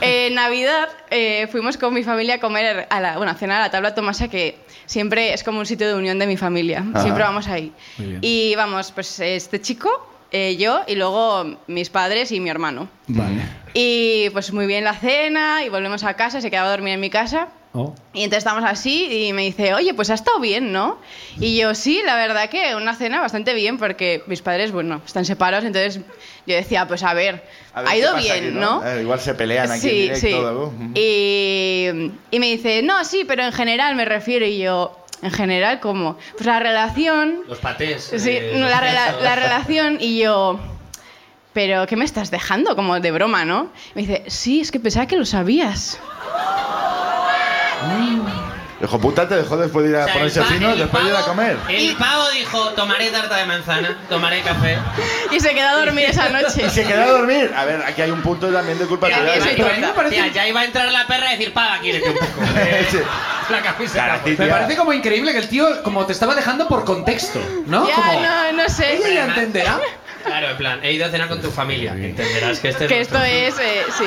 D: Eh, Navidad eh, fuimos con mi familia a comer a la, bueno, a cenar a la tabla Tomasa, que siempre es como un sitio de unión de mi familia.
A: Ajá.
D: Siempre vamos ahí.
B: Muy bien.
D: Y vamos, pues este chico, eh, yo y luego mis padres y mi hermano.
B: Vale.
D: Y pues muy bien la cena y volvemos a casa, se quedaba a dormir en mi casa.
B: Oh.
D: Y entonces estamos así y me dice, oye, pues ha estado bien, ¿no? Y yo, sí, la verdad que una cena bastante bien porque mis padres, bueno, están separados, entonces yo decía, pues a ver,
A: A ver
D: ha
A: qué
D: ido
A: pasa
D: bien,
A: aquí,
D: ¿no?
A: Eh, igual se pelean aquí
D: Sí,
A: en
D: sí.
A: directo. luego. Ujú.
D: Y, y me dice, no, sí, pero en general me refiero. Y yo, ¿en general cómo? Pues la relación.
C: Los patés.
D: Sí,
C: eh,
D: no, la, rela-
C: los-
D: la relación. Y yo, ¿pero qué me estás dejando? Como de broma, ¿no? Me dice, sí, es que pensaba que lo sabías.
A: Hijo puta, te dejó después de ir a
C: O sea,
A: ponerse
C: el pa-
A: fino,
C: el
A: después de ir a
C: pavo-
A: comer.
C: El pavo dijo, tomaré tarta de manzana, tomaré café.
D: Y se quedó a dormir esa
A: Y se
D: noche.
A: quedó a dormir. A ver, aquí hay un punto también de culpa
C: Pero a
A: tuya. ¿eh?
C: mí
D: sí,
C: me-
D: sí, sí,
C: me
D: sí.
C: parecía- ya iba a entrar la perra y decir, paga, quiere que un poco. eh,
A: Sí.
C: La camiseta.
A: Cara,
C: pues.
A: tío.
B: Ah, Me parece como increíble que el tío como te estaba dejando por contexto, ¿no? como,
D: Ya, no, no
B: Ella
D: sé.
B: ya entenderá.
C: Claro, en plan, he ido a cenar con tu familia. Entenderás que este
D: Que
C: nuestro-
D: esto es. eh, sí.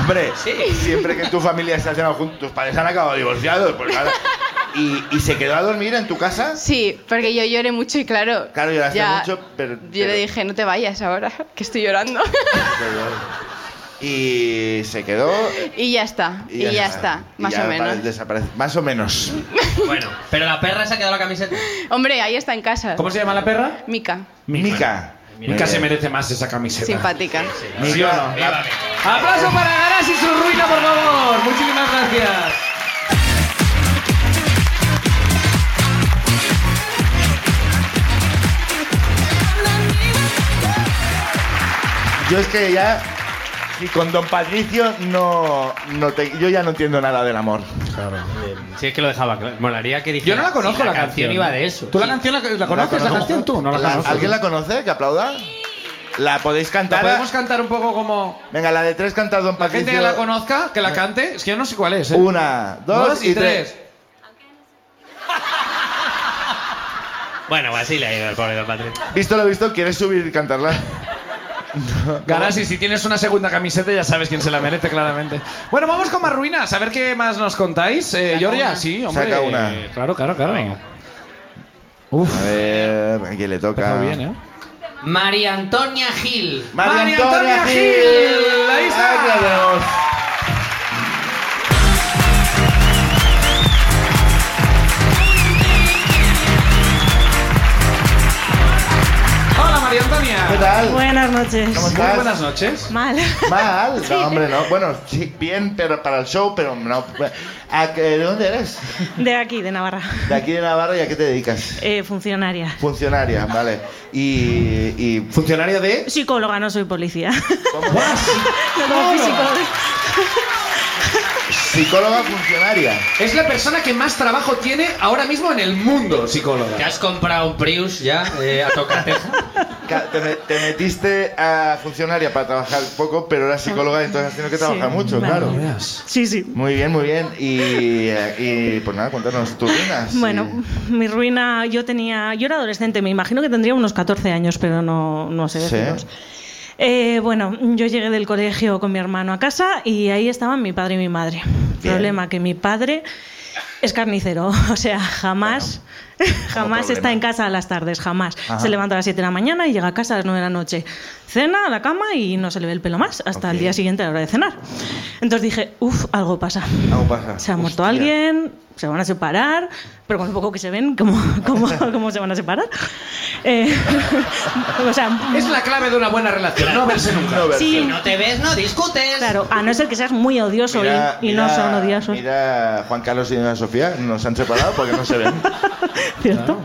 A: Hombre,
C: Sí.
A: siempre que tu familia se ha cenado juntos, tus padres han acabado divorciados, pues claro. Y, y se quedó a dormir en tu casa.
D: Sí, porque yo lloré mucho y claro.
A: ¿Ah? Claro, lloraste
D: ya-
A: mucho, pero-
D: Yo
A: pero-
D: le dije, no te vayas ahora, que estoy llorando.
A: Y se quedó.
D: y ya está, y, ya, está,
A: Y
D: más
A: ya
D: o
A: para-
D: menos.
A: desaparece. Más o menos.
C: Bueno, pero la perra se ha quedado la camiseta.
D: Hombre, ahí está en casa.
B: ¿Cómo se llama la perra?
D: Mica,
A: Mica.
B: Mica se merece más esa camiseta.
D: simpática.
B: ¿Sí o no?
C: Viva Mica.
B: Aplauso para Garas y su ruina, por favor. Muchísimas gracias.
A: Yo es que ya. Y con Don Patricio no, no te- yo ya no entiendo nada del amor.
C: Si es que lo dejaba claro. Molaría que dijera.
B: Yo no la conozco
C: si
B: la,
C: canción. iba de eso.
B: ¿Tú la
C: Sí.
B: canción la, la conoces? ¿La,
A: conozco.
B: canción tú? No la,
A: La-
B: conoces.
A: ¿Alguien la conoce? ¿Que aplauda? ¿La podéis
B: ¿La
A: cantar?
B: podemos cantar un poco como
A: Venga, la de tres canta Don
B: la
A: Patricio.
B: gente que la conozca, que la cante? Es que yo no sé cuál es, ¿eh?
A: Una, dos, y tres.
C: Bueno, pues así le ha ido el pobre Don Patrick.
A: Visto lo visto, ¿quieres subir y cantarla?
B: Garasi, si tienes una segunda camiseta ya sabes quién se la merece claramente. Bueno, vamos con más ruinas, a ver qué más nos contáis. Eh,
D: Saca
B: Georgia,
D: una.
B: sí, hombre.
A: Saca una.
B: Eh, Claro, claro, claro. Uf,
A: A ver, ¿a quién le toca?
B: empezado bien, ¿eh?
C: María Antonia Gil.
A: María
B: María
A: Antonia,
B: Antonia
A: Gil.
B: Gil, ahí está.
C: Ah,
A: Ahí la tenemos.
B: Hola, María Antonia.
A: ¿Qué tal?
E: Buenas noches.
A: ¿Cómo
B: Muy
A: estás?
B: buenas noches.
E: Mal.
A: Mal, no, hombre, no. Bueno, sí, bien pero para el show, pero no. ¿A qué- ¿De dónde eres?
E: De aquí, de Navarra.
A: ¿De aquí de Navarra y a qué te dedicas?
E: Eh, funcionaria.
A: Funcionaria, vale. Y, y funcionaria de...
E: Psicóloga, no soy policía.
A: ¿Cómo? ¡Ah!
E: No tengo psicóloga.
A: Psicóloga funcionaria.
B: Es la persona que más trabajo tiene ahora mismo en el mundo,
C: ¿Te
B: psicóloga.
C: has comprado un Prius ya eh, a tocateja?
A: Ca- Te, me- te metiste a funcionaria para trabajar poco, pero eras psicóloga, entonces has tenido que trabajar
E: Sí,
A: mucho,
E: vale.
A: claro.
E: Sí, sí.
A: Muy bien, muy bien. Y, y, pues nada, cuéntanos tus ruinas.
E: Bueno,
A: Y-
E: mi ruina, yo tenía, yo era adolescente, me imagino que tendría unos 14 años, pero no, no sé
A: Sí.
E: deciros. Eh, bueno, yo llegué del colegio con mi hermano a casa y ahí estaban mi padre y mi madre.
A: Bien.
E: Problema que mi padre es carnicero, o sea, jamás, jamás
A: problema.
E: está en casa a las tardes, jamás.
A: Ajá.
E: Se levanta a las 7 de la mañana y llega a casa a las 9 de la noche. Cena a la cama y no se le ve el pelo más hasta el
A: Ok.
E: día siguiente a la hora de cenar. Entonces dije, uff, algo pasa.
A: Algo pasa.
E: Se ha muerto
A: Hostia.
E: alguien, se van a separar, pero con lo poco que se ven, ¿cómo, cómo, cómo se van a separar? Eh, o sea,
B: Es la clave de una buena relación, no verse nunca.
A: No,
E: Sí.
C: Si no te ves, no discutes.
E: claro, a no ser que seas muy odioso y-
A: Mira-
E: y, no
A: mira-
E: son odiosos,
A: Mira, Juan Carlos y Ana Sofía nos han separado porque no se ven.
E: ¿cierto?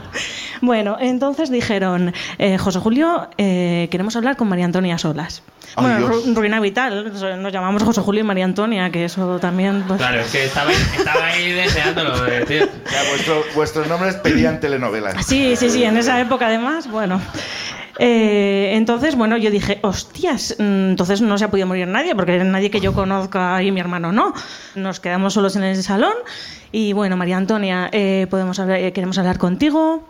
E: Bueno, entonces dijeron, eh, José Julio, eh, queremos hablar con María Antonia Solas.
A: Ay,
E: bueno,
A: Dios.
E: ru- ruina vital, nos llamamos José Julio y María Antonia, que eso también... pues,
C: Claro, es que estaba, estaba ahí deseándolo, eh, tío.
A: O sea, vuestro- vuestros nombres pedían telenovelas.
E: Ah, Sí, sí, sí, en esa época además, bueno. Eh, entonces, bueno, yo dije, hostias, mm, entonces no se ha podido morir nadie, porque nadie que yo conozca y mi hermano no. Nos quedamos solos en el salón y bueno, María Antonia, eh, podemos hablar- eh, queremos hablar contigo,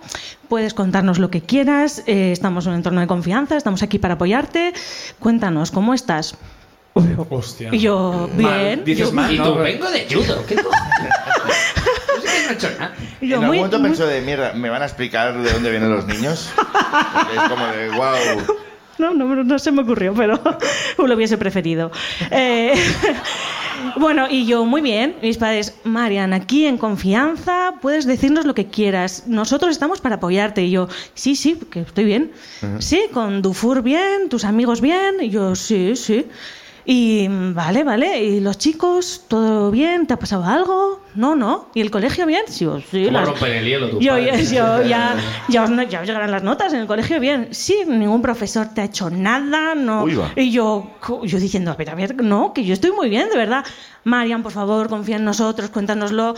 E: puedes contarnos lo que quieras, eh, estamos en un entorno de confianza, estamos aquí para apoyarte, cuéntanos, ¿cómo estás?
B: Hostia.
E: Y yo, bien.
B: Dices
E: Yo-
B: mal,
C: y
B: ¿no?
C: tú, vengo de judo. ¿Qué cojones? No sé, no he hecho nada.
E: y
A: en
E: yo,
A: algún
E: muy-
A: momento
E: muy-
A: pensó de, mierda, ¿me van a explicar de dónde vienen los niños? Porque es como de, wow.
E: No, no, no se me ocurrió, pero lo hubiese preferido. Eh, bueno, y yo muy bien, mis padres, Marian, aquí en confianza, puedes decirnos lo que quieras. Nosotros estamos para apoyarte. Y yo, sí, sí, que estoy bien.
F: Ah.
E: Sí, con Dufour bien, tus amigos bien. Y yo, sí, sí. Y mm, vale, vale. ¿Y los chicos? ¿Todo bien? ¿Te ha pasado algo? No, no. ¿Y el colegio bien? Sí, yo, sí.
C: ¿Cómo
E: las-
C: rompen el hielo, tú?
E: yo, yo, yo ya, ya, os, ya os llegarán las notas en el colegio, bien. Sí, ningún profesor te ha hecho nada, no.
A: Uy, va.
E: Y yo, co- yo diciendo, a ver, a ver, no, que yo estoy muy bien, de verdad. Marian, por favor, confía en nosotros, cuéntanoslo.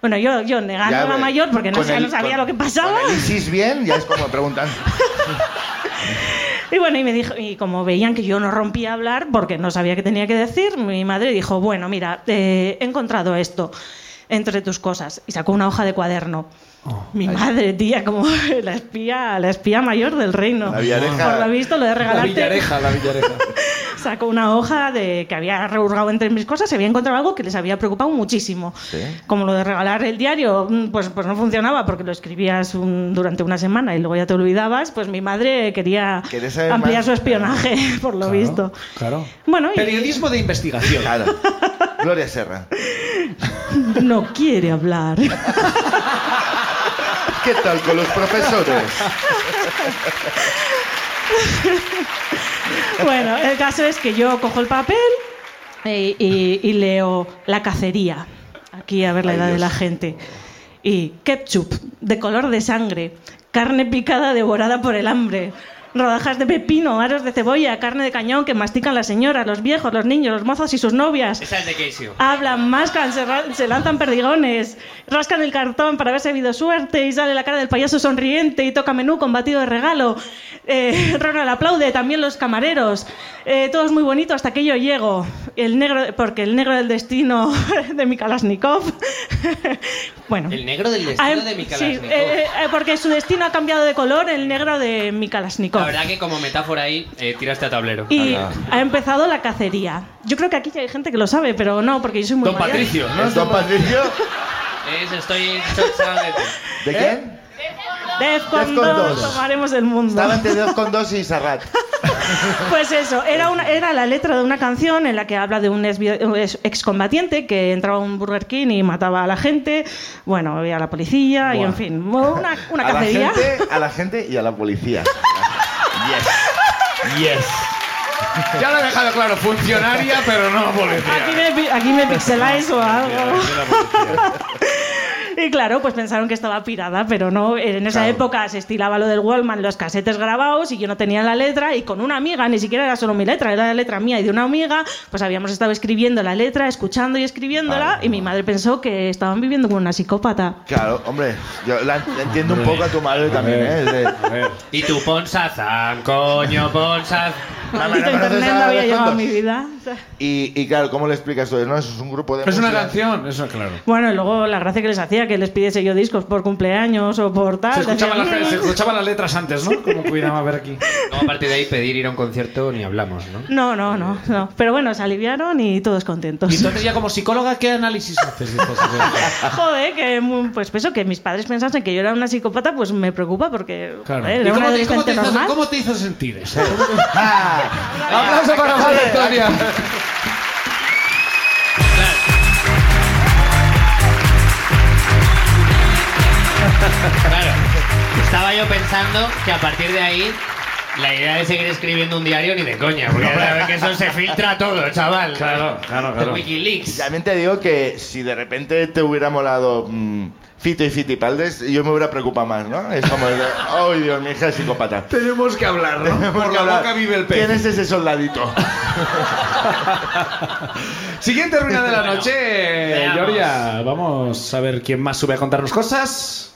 E: Bueno, yo, yo negando
A: Ya
E: a la
A: ve.
E: mayor porque no,
A: Con
E: sé-
A: el-
E: no sabía
A: con-
E: lo que pasaba.
A: Con el ISIS bien, ya es como preguntan.
E: Y bueno, y me dijo, y como veían que yo no rompía a hablar porque no sabía qué tenía que decir, mi madre dijo, bueno, mira, eh, he encontrado esto entre tus cosas. Y sacó una hoja de cuaderno.
B: Oh,
E: mi madre, tía, como la espía, la espía mayor del reino.
A: La Villareja.
E: Por lo visto, lo de
B: La
E: regalarte.
B: villareja, la villareja.
E: sacó una hoja de que había rebuscado entre mis cosas y había encontrado algo que les había preocupado muchísimo. Como lo de regalar el diario, mm, pues, pues no funcionaba porque lo escribías un- durante una semana y luego ya te olvidabas, pues mi madre quería
A: ¿Querés saber
E: ampliar
A: más?
E: su espionaje, por lo visto.
B: Claro.
E: Bueno, y
B: Periodismo de investigación.
A: Claro. Gloria Serra.
E: no quiere hablar.
A: ¿Qué tal con los profesores?
E: bueno, el caso es que yo cojo el papel y, y- y leo La cacería. Aquí a ver la
A: Ay,
E: edad de
A: Dios.
E: la gente. Y ketchup, de color de sangre, carne picada devorada por el hambre, rodajas de pepino, aros de cebolla, carne de cañón que mastican las señoras, los viejos, los niños, los mozos y sus novias.
C: Esa es de Casey.
E: Hablan, mascan, se, ra- se lanzan perdigones, rascan el cartón para haberse habido suerte y sale la cara del payaso sonriente y toca menú con batido de regalo. Eh, Ronald aplaude, también los camareros. Eh, todo es muy bonito hasta que yo llego. El negro, porque el negro del destino de Mikalasnikov. bueno.
C: El negro del destino
E: Ah,
C: de
E: sí,
C: Mikalasnikov.
E: eh, eh, porque su destino ha cambiado de color, el negro de Mikalasnikov.
C: La verdad que como metáfora ahí eh, tiraste a tablero.
E: Y ha empezado la cacería. Yo creo que aquí ya hay gente que lo sabe, pero no, porque yo soy muy
B: Don
E: mayor.
B: Patricio, ¿no?
A: ¿El don Patricio?
C: Es- estoy chochado de ti.
B: ¿Eh?
A: ¿De quién?
E: Defcon
A: Defcon
E: 2,
A: dos.
E: tomaremos el mundo.
A: Estaba entre dos con dos y Serrat.
E: Pues eso, era, una- era la letra de una canción en la que habla de un exvi- ex- excombatiente que entraba a un Burger King y mataba a la gente, bueno, había a la policía y en fin, mo- una, una
A: a la
E: cacería.
A: gente, a la gente y a la policía. Yes. Yes.
B: Ya lo he dejado claro, funcionaria, pero no
E: Aquí
B: policía.
E: me, pi- aquí me pixeláis o algo. Y claro, pues pensaron que estaba pirada, pero no. En esa
A: Claro.
E: época se estilaba lo del Wallman, los casetes grabados, y yo no tenía la letra, y con una amiga, ni siquiera era solo mi letra, era la letra mía y de una amiga, pues habíamos estado escribiendo la letra, escuchando y escribiéndola,
A: Vale.
E: y mi madre pensó que estaban viviendo con una psicópata.
A: Claro, hombre, yo la la entiendo un poco a tu madre también, ¿eh? Es de-
C: Y tú pon Sazán, coño, pon Sazán.
A: Mamá,
E: Maldito
A: ¿no conoces
E: internet
A: a
E: no había
A: los
E: llegado a mi
A: tontos?
E: vida.
A: Y, y claro, ¿cómo le explicas eso? No, eso es un grupo de
B: Es una
A: música.
B: canción, eso claro.
E: Bueno, y luego la gracia que les hacía que les pidiese yo discos por cumpleaños o por tal.
C: Ah,
B: Se escuchaban,
E: decían,
B: las, se
E: "Mm".
B: escuchaban las letras antes, ¿no? Como cuidaba a ver aquí.
C: No, a partir de ahí pedir ir a un concierto ni hablamos, ¿no?
E: No, no, no, no. Pero bueno, se aliviaron y todos contentos.
B: Y entonces ya como psicóloga, ¿qué análisis haces? de estas cosas?
E: Joder, que mm, pues eso, que mis padres pensasen que yo era una psicópata, pues me preocupa porque
B: Claro.
E: joder,
B: ¿Y
E: era una
B: cómo te, cómo te
E: adolescente
B: hizo,
E: normal.
B: cómo te hizo sentir eso?
A: Ah,
B: Aplauso para María Victoria.
C: Claro. Estaba yo pensando que a partir de ahí la idea de seguir escribiendo un diario ni de coña, porque a ver que eso se filtra todo, chaval.
B: Claro, claro,
C: De
B: claro.
A: y
C: Wikileaks.
A: también te digo que si de repente te hubiera molado mm, Fito y Fitipaldes, yo me hubiera preocupado más, ¿no? Es como el de, oh, Dios, mi hija es psicópata.
B: Tenemos que hablar, ¿no?
A: Tenemos
B: Por
A: que
B: la
A: hablar.
B: boca vive el pez.
A: ¿Quién es ese soldadito?
B: Siguiente ruina de la
C: Bueno,
B: noche,
C: veamos.
B: Gloria. Vamos a ver quién más sube a contarnos cosas.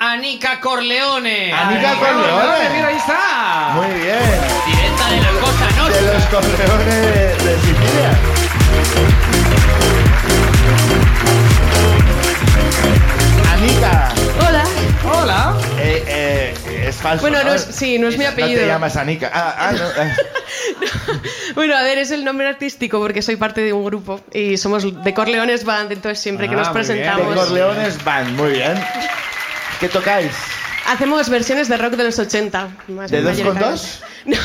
C: Anica Corleone.
A: Anica
C: Ay,
A: Corleone.
B: Corleone, Mira, ahí está.
A: Ah. Muy bien.
C: Directa de la cosa
A: De
C: nostra.
A: los correones de, de Sicilia. Anita,
G: Hola.
B: Hola.
A: eh, eh, es falso.
G: Bueno,
A: ¿no?
G: no es- sí, no es mi
A: No te
G: apellido.
A: llamas Anica. Ah, ah, no, ah.
G: Bueno, a ver, es el nombre artístico porque soy parte de un grupo y somos de Corleones Band, entonces siempre que
B: Ah,
G: nos
B: muy bien.
G: presentamos
A: De Corleones Band, muy bien. ¿Qué tocáis?
G: hacemos versiones de rock de los 80. más
A: ¿De dos con
G: mayoritariamente.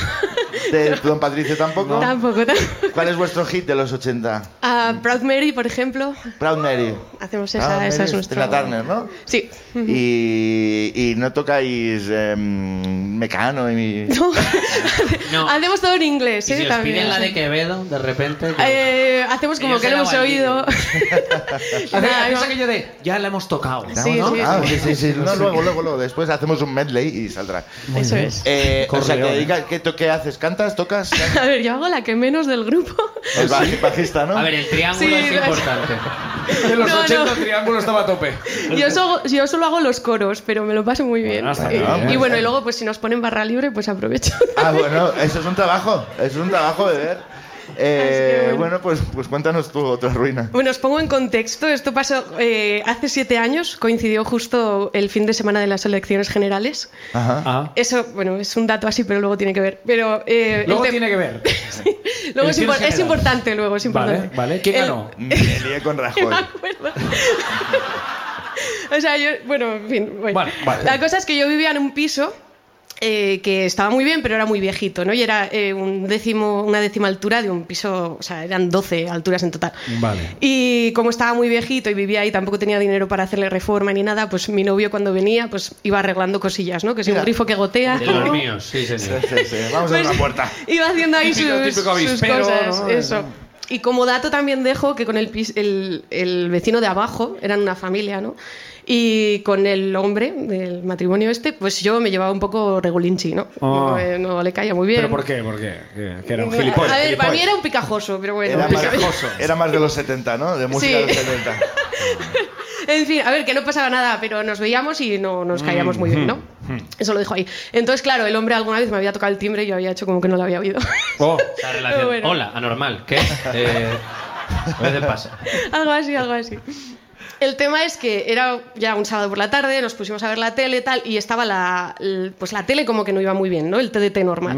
A: dos? ¿De Don Patricio tampoco?
G: No, tampoco. tampoco.
A: ¿Cuál es vuestro hit de los 80?
G: Ah, Proud Mary, por ejemplo,
A: Proud Mary.
G: hacemos
A: Proud
G: Pues esa,
A: Mary
G: esa es
A: de
G: nuestra.
A: la Turner, ¿no?
G: Sí.
A: Y, y no tocáis em, Mecano y...
G: No.
C: No.
G: Hacemos todo en inglés,
C: Y
G: ¿eh?
C: si os
G: también.
C: piden la de Quevedo, de repente. que-
G: Eh, hacemos como
C: Ellos
G: que lo hemos
C: eran
G: oído. Nada,
B: Haces
G: no.
B: aquello de ya la hemos tocado.
G: Sí,
A: ¿No?
G: sí,
A: Ah, sí,
G: sí.
A: sí, sí. No, luego, luego, luego. Después hacemos un medley y saldrá.
G: Eso es.
A: Eh, o sea, que
B: Corleone.
A: dedica- ¿Qué, to- qué haces? ¿Cantas? ¿Tocas? ¿Cantas?
G: A ver, yo hago la que menos del grupo.
A: El baji- bajista, ¿no?
C: A ver, el triángulo
G: Sí,
C: es
G: lo-
C: importante.
B: En los
G: No,
B: 80
G: no.
B: el triángulo estaba a tope.
G: Yo, so- yo solo hago los coros, pero me lo paso muy bien.
B: Bueno, está
G: y,
B: bien.
G: y bueno, y luego, pues si nos ponen barra libre, pues aprovecho.
A: Ah, bueno, eso es un trabajo. Es un trabajo de ver. Eh,
G: Así que
A: bueno,
G: bueno.
A: pues, pues cuéntanos tú otra ruina.
G: Bueno, os pongo en contexto. Esto pasó eh, hace siete años, coincidió justo el fin de semana de las elecciones generales.
A: Ajá.
B: Ah.
G: Eso, bueno, es un dato así, pero luego tiene que ver. Pero, eh, el
B: Luego
G: te-
B: tiene que ver.
G: luego es,
B: Elecciones
G: impor- es
B: generales.
G: importante, luego es importante.
B: Vale, vale. ¿Quién
G: El-
B: ganó?
A: Mm, Me lié con Rajoy.
G: Me acuerdo. o sea, yo, bueno, en fin. bueno.
B: Vale, vale.
G: La cosa es que yo vivía en un piso eh, que estaba muy bien, pero era muy viejito, ¿no? Y era eh, un décimo, una décima altura de un piso, o sea, eran 12 alturas en total.
B: Vale.
G: Y como estaba muy viejito y vivía ahí, tampoco tenía dinero para hacerle reforma ni nada, pues mi novio cuando venía, pues iba arreglando cosillas, ¿no? Que es un
A: Mira.
G: grifo que gotea.
C: De los míos, sí,
A: Sí,
C: señor.
A: sí, sí. Vamos a ver
G: Pues,
A: la puerta.
G: Iba haciendo ahí
B: Típico-
G: sus,
B: típico
G: sus
B: avispero,
G: cosas,
B: ¿no?
G: eso. Y como dato también dejo que con el, pis- el, el vecino de abajo, eran una familia, ¿no? Y con el hombre del matrimonio este, pues yo me llevaba un poco regulinchi, ¿no?
B: Ah.
G: No, eh, no le caía muy bien.
B: ¿Pero por qué? ¿Por qué? Que- Que era un
G: A-
B: gilipollas.
G: A ver, para
A: gilipollas.
G: mí era un picajoso, pero bueno.
A: Era más,
B: Pegajoso.
A: era más de los 70, ¿no? De música
G: Sí.
A: de los 70.
G: En fin, a ver, que no pasaba nada, pero nos veíamos y no nos caíamos muy bien, ¿no?
B: Mm,
G: Eso lo dijo ahí. Entonces, claro, el hombre alguna vez me había tocado el timbre y yo había hecho como que no lo había oído.
B: Oh,
C: Esa relación.
G: Bueno.
C: Hola, anormal. ¿Qué? Eh, a veces pasa.
G: algo así, algo así. El tema es que era ya un sábado por la tarde, nos pusimos a ver la tele tal, y estaba la, el- pues la tele como que no iba muy bien, ¿no? El TDT normal.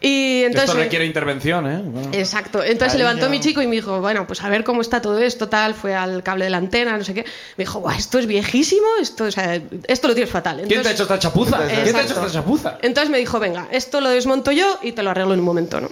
A: Sí.
G: Y entonces...
B: esto Mm. requiere intervención, ¿eh? Bueno.
G: Exacto. Entonces se levantó mi chico y me dijo, bueno, pues a ver cómo está todo esto, tal, fue al cable de la antena, no sé qué. Me dijo, "Buah, esto es viejísimo, esto, o sea, esto lo tienes fatal.
B: ¿Quién te ha
G: Entonces-
B: hecho esta chapuza? ¿Quién te ha hecho
G: Exacto.
B: esta chapuza?
G: Entonces me dijo, venga, esto lo desmonto yo y te lo arreglo en un momento, ¿no?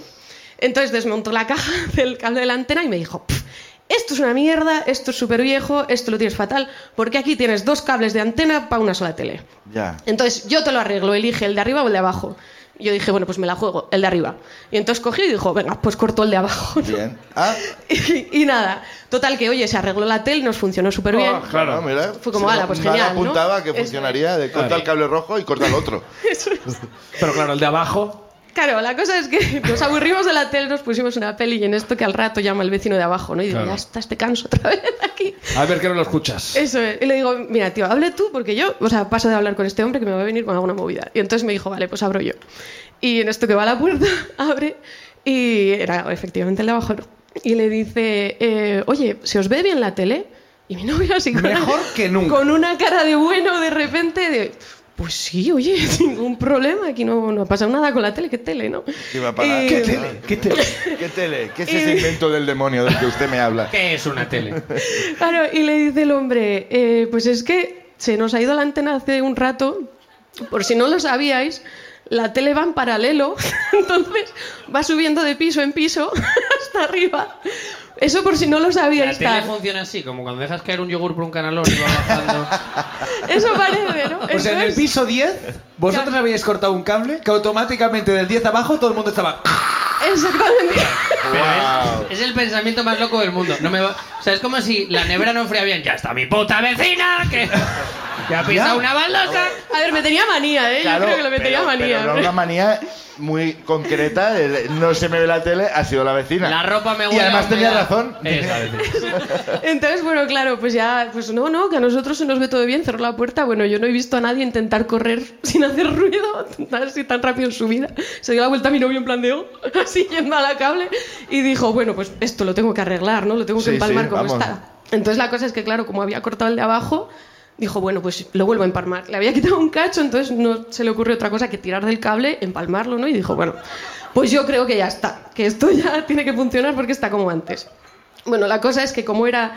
G: Entonces desmontó la caja del cable de la antena y me dijo, "Pf, esto es una mierda, esto es súper viejo, esto lo tienes fatal, porque aquí tienes dos cables de antena para una sola tele.
A: Ya.
G: Entonces yo te lo arreglo, elige el de arriba o el de abajo. Yo dije, bueno, pues me la juego, el de arriba. Y entonces cogió y dijo, venga, pues cortó el de abajo. ¿no?
A: Bien. Ah,
G: Y, y nada, total que, oye, se arregló la tele, nos funcionó súper bien.
B: Ah, claro.
A: ah, mira.
G: Fue como, ala, pues
A: Nada
G: genial, ¿no?
A: apuntaba que
G: Eso es.
A: funcionaría de corta el cable rojo y corta el otro.
B: Pero claro, el de abajo.
G: Claro, la cosa es que nos aburrimos de la tele, nos pusimos una peli y en esto que al rato llama el vecino de abajo, ¿no? Y digo,
B: Claro.
G: ya estás, te canso otra vez aquí.
B: A ver que no lo escuchas.
G: Eso es. Y le digo, mira, tío, hable tú, porque yo, o sea, paso de hablar con este hombre que me va a venir con alguna movida. Y entonces me dijo, vale, pues abro yo. Y en esto que va a la puerta, abre, y era efectivamente el de abajo, ¿no? Y le dice, eh, oye, ¿se os ve bien la tele? Y mi novio así con,
B: Mejor
G: una,
B: que nunca.
G: con una cara de bueno de repente de... Pues sí, oye, ningún problema, aquí no, no ha pasado nada con la tele, ¿qué tele, no?
A: Que iba a parar.
G: Eh,
A: ¿Qué tele? ¿Qué tele? ¿Qué tele? ¿Qué es ese
G: Eh.
A: invento del demonio del que usted me habla?
C: ¿Qué es una tele?
G: Claro, y le dice el hombre, eh, pues es que se nos ha ido la antena hace un rato, por si no lo sabíais, la tele va en paralelo, entonces va subiendo de piso en piso hasta arriba. Eso por si no lo
C: La
G: sabíais.
C: tele
G: tal.
C: funciona así, como cuando dejas caer un yogur por un canalón y va bajando.
G: Eso parece, ¿no?
B: O sea, en el
G: Entonces-
B: piso 10, vosotros habíais cortado un cable que automáticamente del 10 abajo todo el mundo estaba.
G: Exactamente.
A: ¡Wow!
C: Es el pensamiento más loco del mundo. No me va- O sea, es como si la nevera no enfría bien. ¡Ya está mi puta vecina! Que, que ha pisado una baldosa.
G: A ver, me tenía manía, ¿eh? Yo creo que le tenía
A: pero,
G: manía.
A: pero no una manía muy concreta, de- no se me ve la tele, ha sido la vecina.
C: La ropa me
A: Y
C: huele a
A: además tenía
C: humedad.
A: razón.
C: Esa vez.
G: Entonces, bueno, claro, pues ya, pues no, no, que a nosotros se nos ve todo bien, cerró la puerta. Bueno, yo no he visto a nadie intentar correr sin hacer ruido, tan- así tan rápido en su vida. Se dio la vuelta a mi novio en plan de, "Oh", así yendo a la cable, y dijo, bueno, pues esto lo tengo que arreglar, ¿no? Lo tengo que
A: Sí,
G: empalmar
A: sí,
G: como
A: vamos.
G: está. Entonces la cosa es que, claro, como había cortado el de abajo, dijo, bueno, pues lo vuelvo a empalmar. Le había quitado un cacho, entonces no se le ocurrió otra cosa que tirar del cable, empalmarlo, ¿no? Y dijo, bueno, pues yo creo que ya está, que esto ya tiene que funcionar porque está como antes. Bueno, la cosa es que como era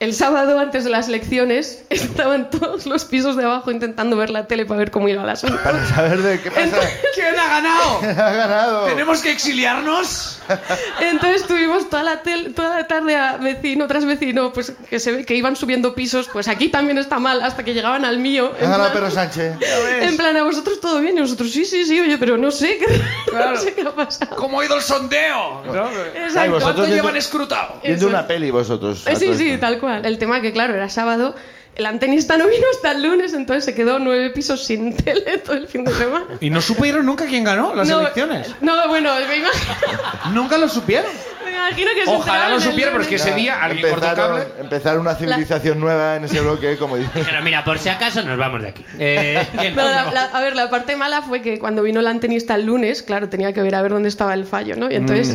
G: el sábado antes de las elecciones, estaban todos los pisos de abajo intentando ver la tele para ver cómo iba la asunto.
A: Para saber de qué pasa.
B: ¿Quién ha ganado?
A: Ha ganado.
B: ¿Tenemos que exiliarnos?
G: Entonces tuvimos toda la, tel- toda la tarde a vecino tras vecino, pues que se ve que iban subiendo pisos, pues aquí también está mal, hasta que llegaban al mío.
A: Ha
G: en
A: ganado
G: plan-
A: Pedro Sánchez.
G: En plan, a vosotros todo bien, y nosotros sí, sí, sí, oye, pero no sé qué,
B: Claro.
G: no sé qué ha pasado.
B: ¿Cómo ha ido el sondeo? ¿No?
A: Ay,
G: Exacto.
A: vosotros
B: ¿Cuánto
A: viendo-
B: llevan escrutado?
A: Viendo
G: Eso.
A: una peli vosotros. a
G: Eh, Sí,
A: todo
G: sí,
A: esto.
G: tal cual. El tema que, claro, era sábado, el tenista no vino hasta el lunes, entonces se quedó nueve pisos sin tele todo el fin de semana.
B: Y no supieron nunca quién ganó las
G: No,
B: elecciones.
G: No, bueno, me imagino,
B: Nunca lo supieron.
G: me imagino que se
B: Ojalá
G: enteraron
B: lo
G: el
B: supieran, pero es
G: lunes.
B: que ese día alguien cortó un
A: empezaron,
B: cable.
A: empezaron una civilización nueva en ese bloque, como dice.
C: Pero mira, por si acaso nos vamos de aquí. Eh, bien,
G: No, la-
C: no.
G: la- a ver, la parte mala fue que cuando vino el antenista el lunes, claro, tenía que ver a ver dónde estaba el fallo, ¿no? Y entonces,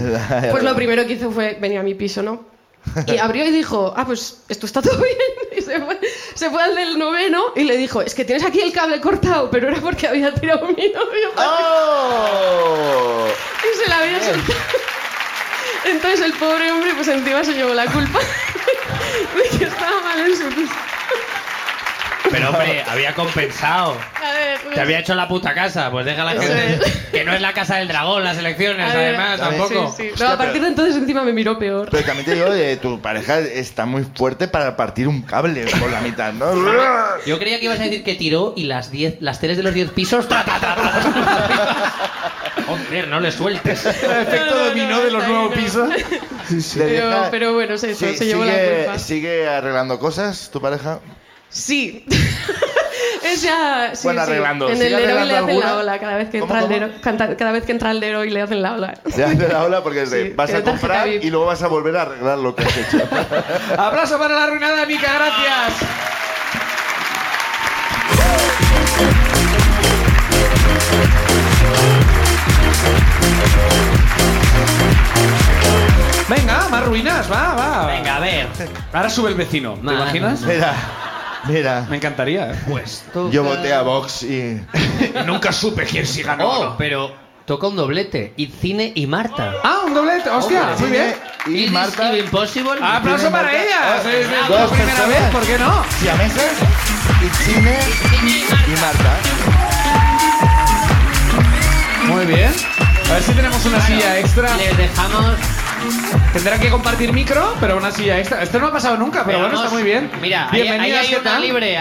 G: pues lo primero que hizo fue venir a mi piso, ¿no? Y abrió y dijo, ah, pues esto está todo bien. Y se fue, se fue al del noveno y le dijo, es que tienes aquí el cable cortado, pero era porque había tirado mi novio.
A: ¡Oh!
G: Y se la había soltado. Entonces el pobre hombre, pues encima se llevó la culpa de que estaba mal en su piso.
C: Pero hombre, había compensado.
G: A ver,
C: Te había hecho la puta casa, pues déjala
G: Eso
C: que...
G: es.
C: Que no es la casa del dragón las elecciones,
G: A ver,
C: además,
G: a
A: ver,
C: tampoco.
G: Sí, sí. No,
A: Hostia,
G: a partir
A: pero-
G: de entonces encima me miró peor.
A: Pero también te digo, eh, tu pareja está muy fuerte para partir un cable por la mitad, ¿no?
C: Yo creía que ibas a decir que tiró y las 10 las teles de los 10 pisos. ¡tra, tra, tra, tra! Joder, no le sueltes.
B: El efecto
G: No, no,
B: dominó
G: no,
B: de los
G: está
B: nuevos
G: bien,
B: pisos.
A: Le
G: Pero,
A: deja-
G: pero bueno, se,
A: Sí,
G: se llevó la
A: sigue-
G: culpa.
A: ¿Sigue arreglando cosas tu pareja?
G: Sí. es ya. sí,
A: Bueno,
G: sí.
A: arreglando.
G: En
A: ¿Sigue
G: el Leroy le
A: arreglando
G: hacen la
A: alguna?
G: ola. Cada vez que
A: ¿Cómo,
G: entra el
A: cómo?
G: Leroy, canta- cada vez que entra el Leroy le hacen la ola.
A: Ya hace la ola porque es de,
G: Sí,
A: vas a
G: tiene tarjeta
A: comprar
G: VIP.
A: y luego vas a volver a arreglar lo que has hecho.
B: Abrazo para la arruinada, Mica, gracias. Venga, más ruinas, va, va.
C: Venga, a ver.
B: Ahora sube el vecino, ¿te
C: Nah,
B: imaginas?
A: Mira, mira.
B: Me encantaría. ¿eh?
C: Pues
A: Yo voté a Vox y...
B: Nunca supe quién sí ganó.
C: Oh, pero toca un doblete. Y cine y Marta.
B: Ah, un doblete, hostia,
C: Hombre,
B: muy bien.
A: Y
C: Iris
A: Marta...
C: y Impossible.
B: Aplauso para
A: Marta.
B: ella. Sí, sí,
A: Dos
B: por primera
A: personas.
B: vez, ¿por qué no?
A: siamesas, y Chine y Marta.
B: Muy bien. A ver si tenemos una silla extra.
C: Les dejamos.
B: Tendrán que compartir micro, pero una silla extra. Esto no ha pasado nunca, pero bueno,
C: vamos-
B: está muy bien.
C: Mira, ahí, ahí
B: Bienvenidas,
C: hay
B: ¿qué
C: una
B: tal?
C: libre.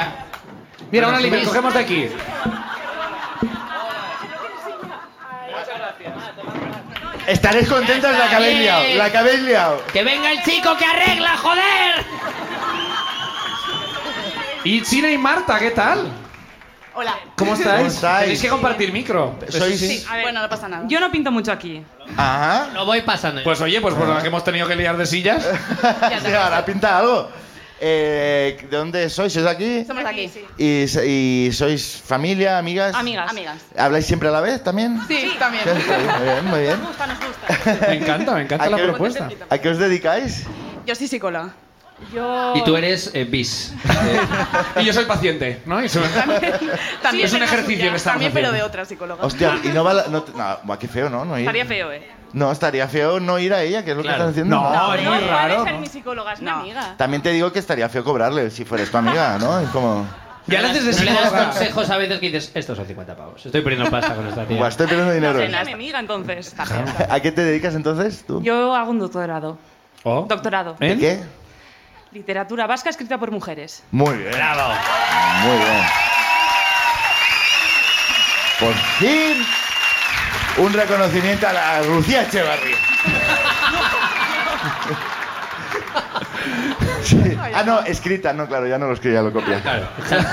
B: Mira, una
C: Bueno,
B: libre,
C: subís.
B: cogemos de aquí.
A: Estaréis contentas la que habéis liado, la que habéis liado.
C: ¡Que venga el chico que arregla, joder!
B: Y China y Marta, ¿qué tal?
D: Hola.
B: ¿Cómo estáis?
A: ¿Cómo estáis?
B: Tenéis que compartir micro.
A: Sois-
D: Bueno, no pasa nada.
E: Yo no pinto mucho aquí.
A: Ajá.
C: Lo voy pasando.
B: Pues oye, pues por la que hemos tenido que liar de sillas.
A: Sí, ahora pinta algo. Eh, ¿De dónde sois? ¿Sois de aquí?
D: Somos de aquí.
A: ¿Y, so- y sois familia, amigas?
E: Amigas.
D: Amigas.
A: ¿Habláis siempre a la vez también?
D: Sí, también.
A: Muy bien, muy bien.
B: Me encanta, me encanta
A: ¿A
B: la
A: qué-
B: propuesta.
A: ¿A qué os dedicáis?
D: Yo soy psicóloga.
E: Yo...
C: Y tú eres eh, bis.
B: Y yo soy paciente, ¿no? Y soy-
D: También
B: Es un
D: tengo
B: ejercicio
D: suya,
B: que estamos
D: También, pero de
B: haciendo.
D: otra psicóloga.
A: Hostia, y no va la- no, te- no, buah, qué feo, ¿no? No ir.
F: Estaría feo, ¿eh?
A: No, estaría feo no ir a ella, que es lo
C: Claro.
A: que están haciendo.
B: No,
A: No.
B: es
F: No,
B: muy
F: no
B: raro.
F: es ser
B: ¿no?
F: mi psicóloga, es una
D: No.
F: amiga.
A: También te digo que estaría feo cobrarle si fueras tu amiga, ¿no? Es como...
B: Y ahora desde
C: No le das
B: psicóloga.
C: consejos a veces que dices, estos son 50 pavos. Estoy perdiendo pasta con esta
A: Buah,
C: tía.
A: estoy perdiendo dinero.
F: Sería mi amiga, entonces.
A: ¿A qué te dedicas entonces tú?
F: Yo hago un doctorado.
B: Oh.
F: Doctorado.
C: ¿Eh?
B: ¿En?
A: ¿Qué?
F: Literatura vasca escrita por mujeres.
A: Muy bien.
C: Bravo.
A: Muy bien. Por fin, un reconocimiento a la Lucía Echevarría. Sí. Ah, no, escrita, no, claro, ya no lo escribía, lo copia.
C: Claro.
A: Lucía,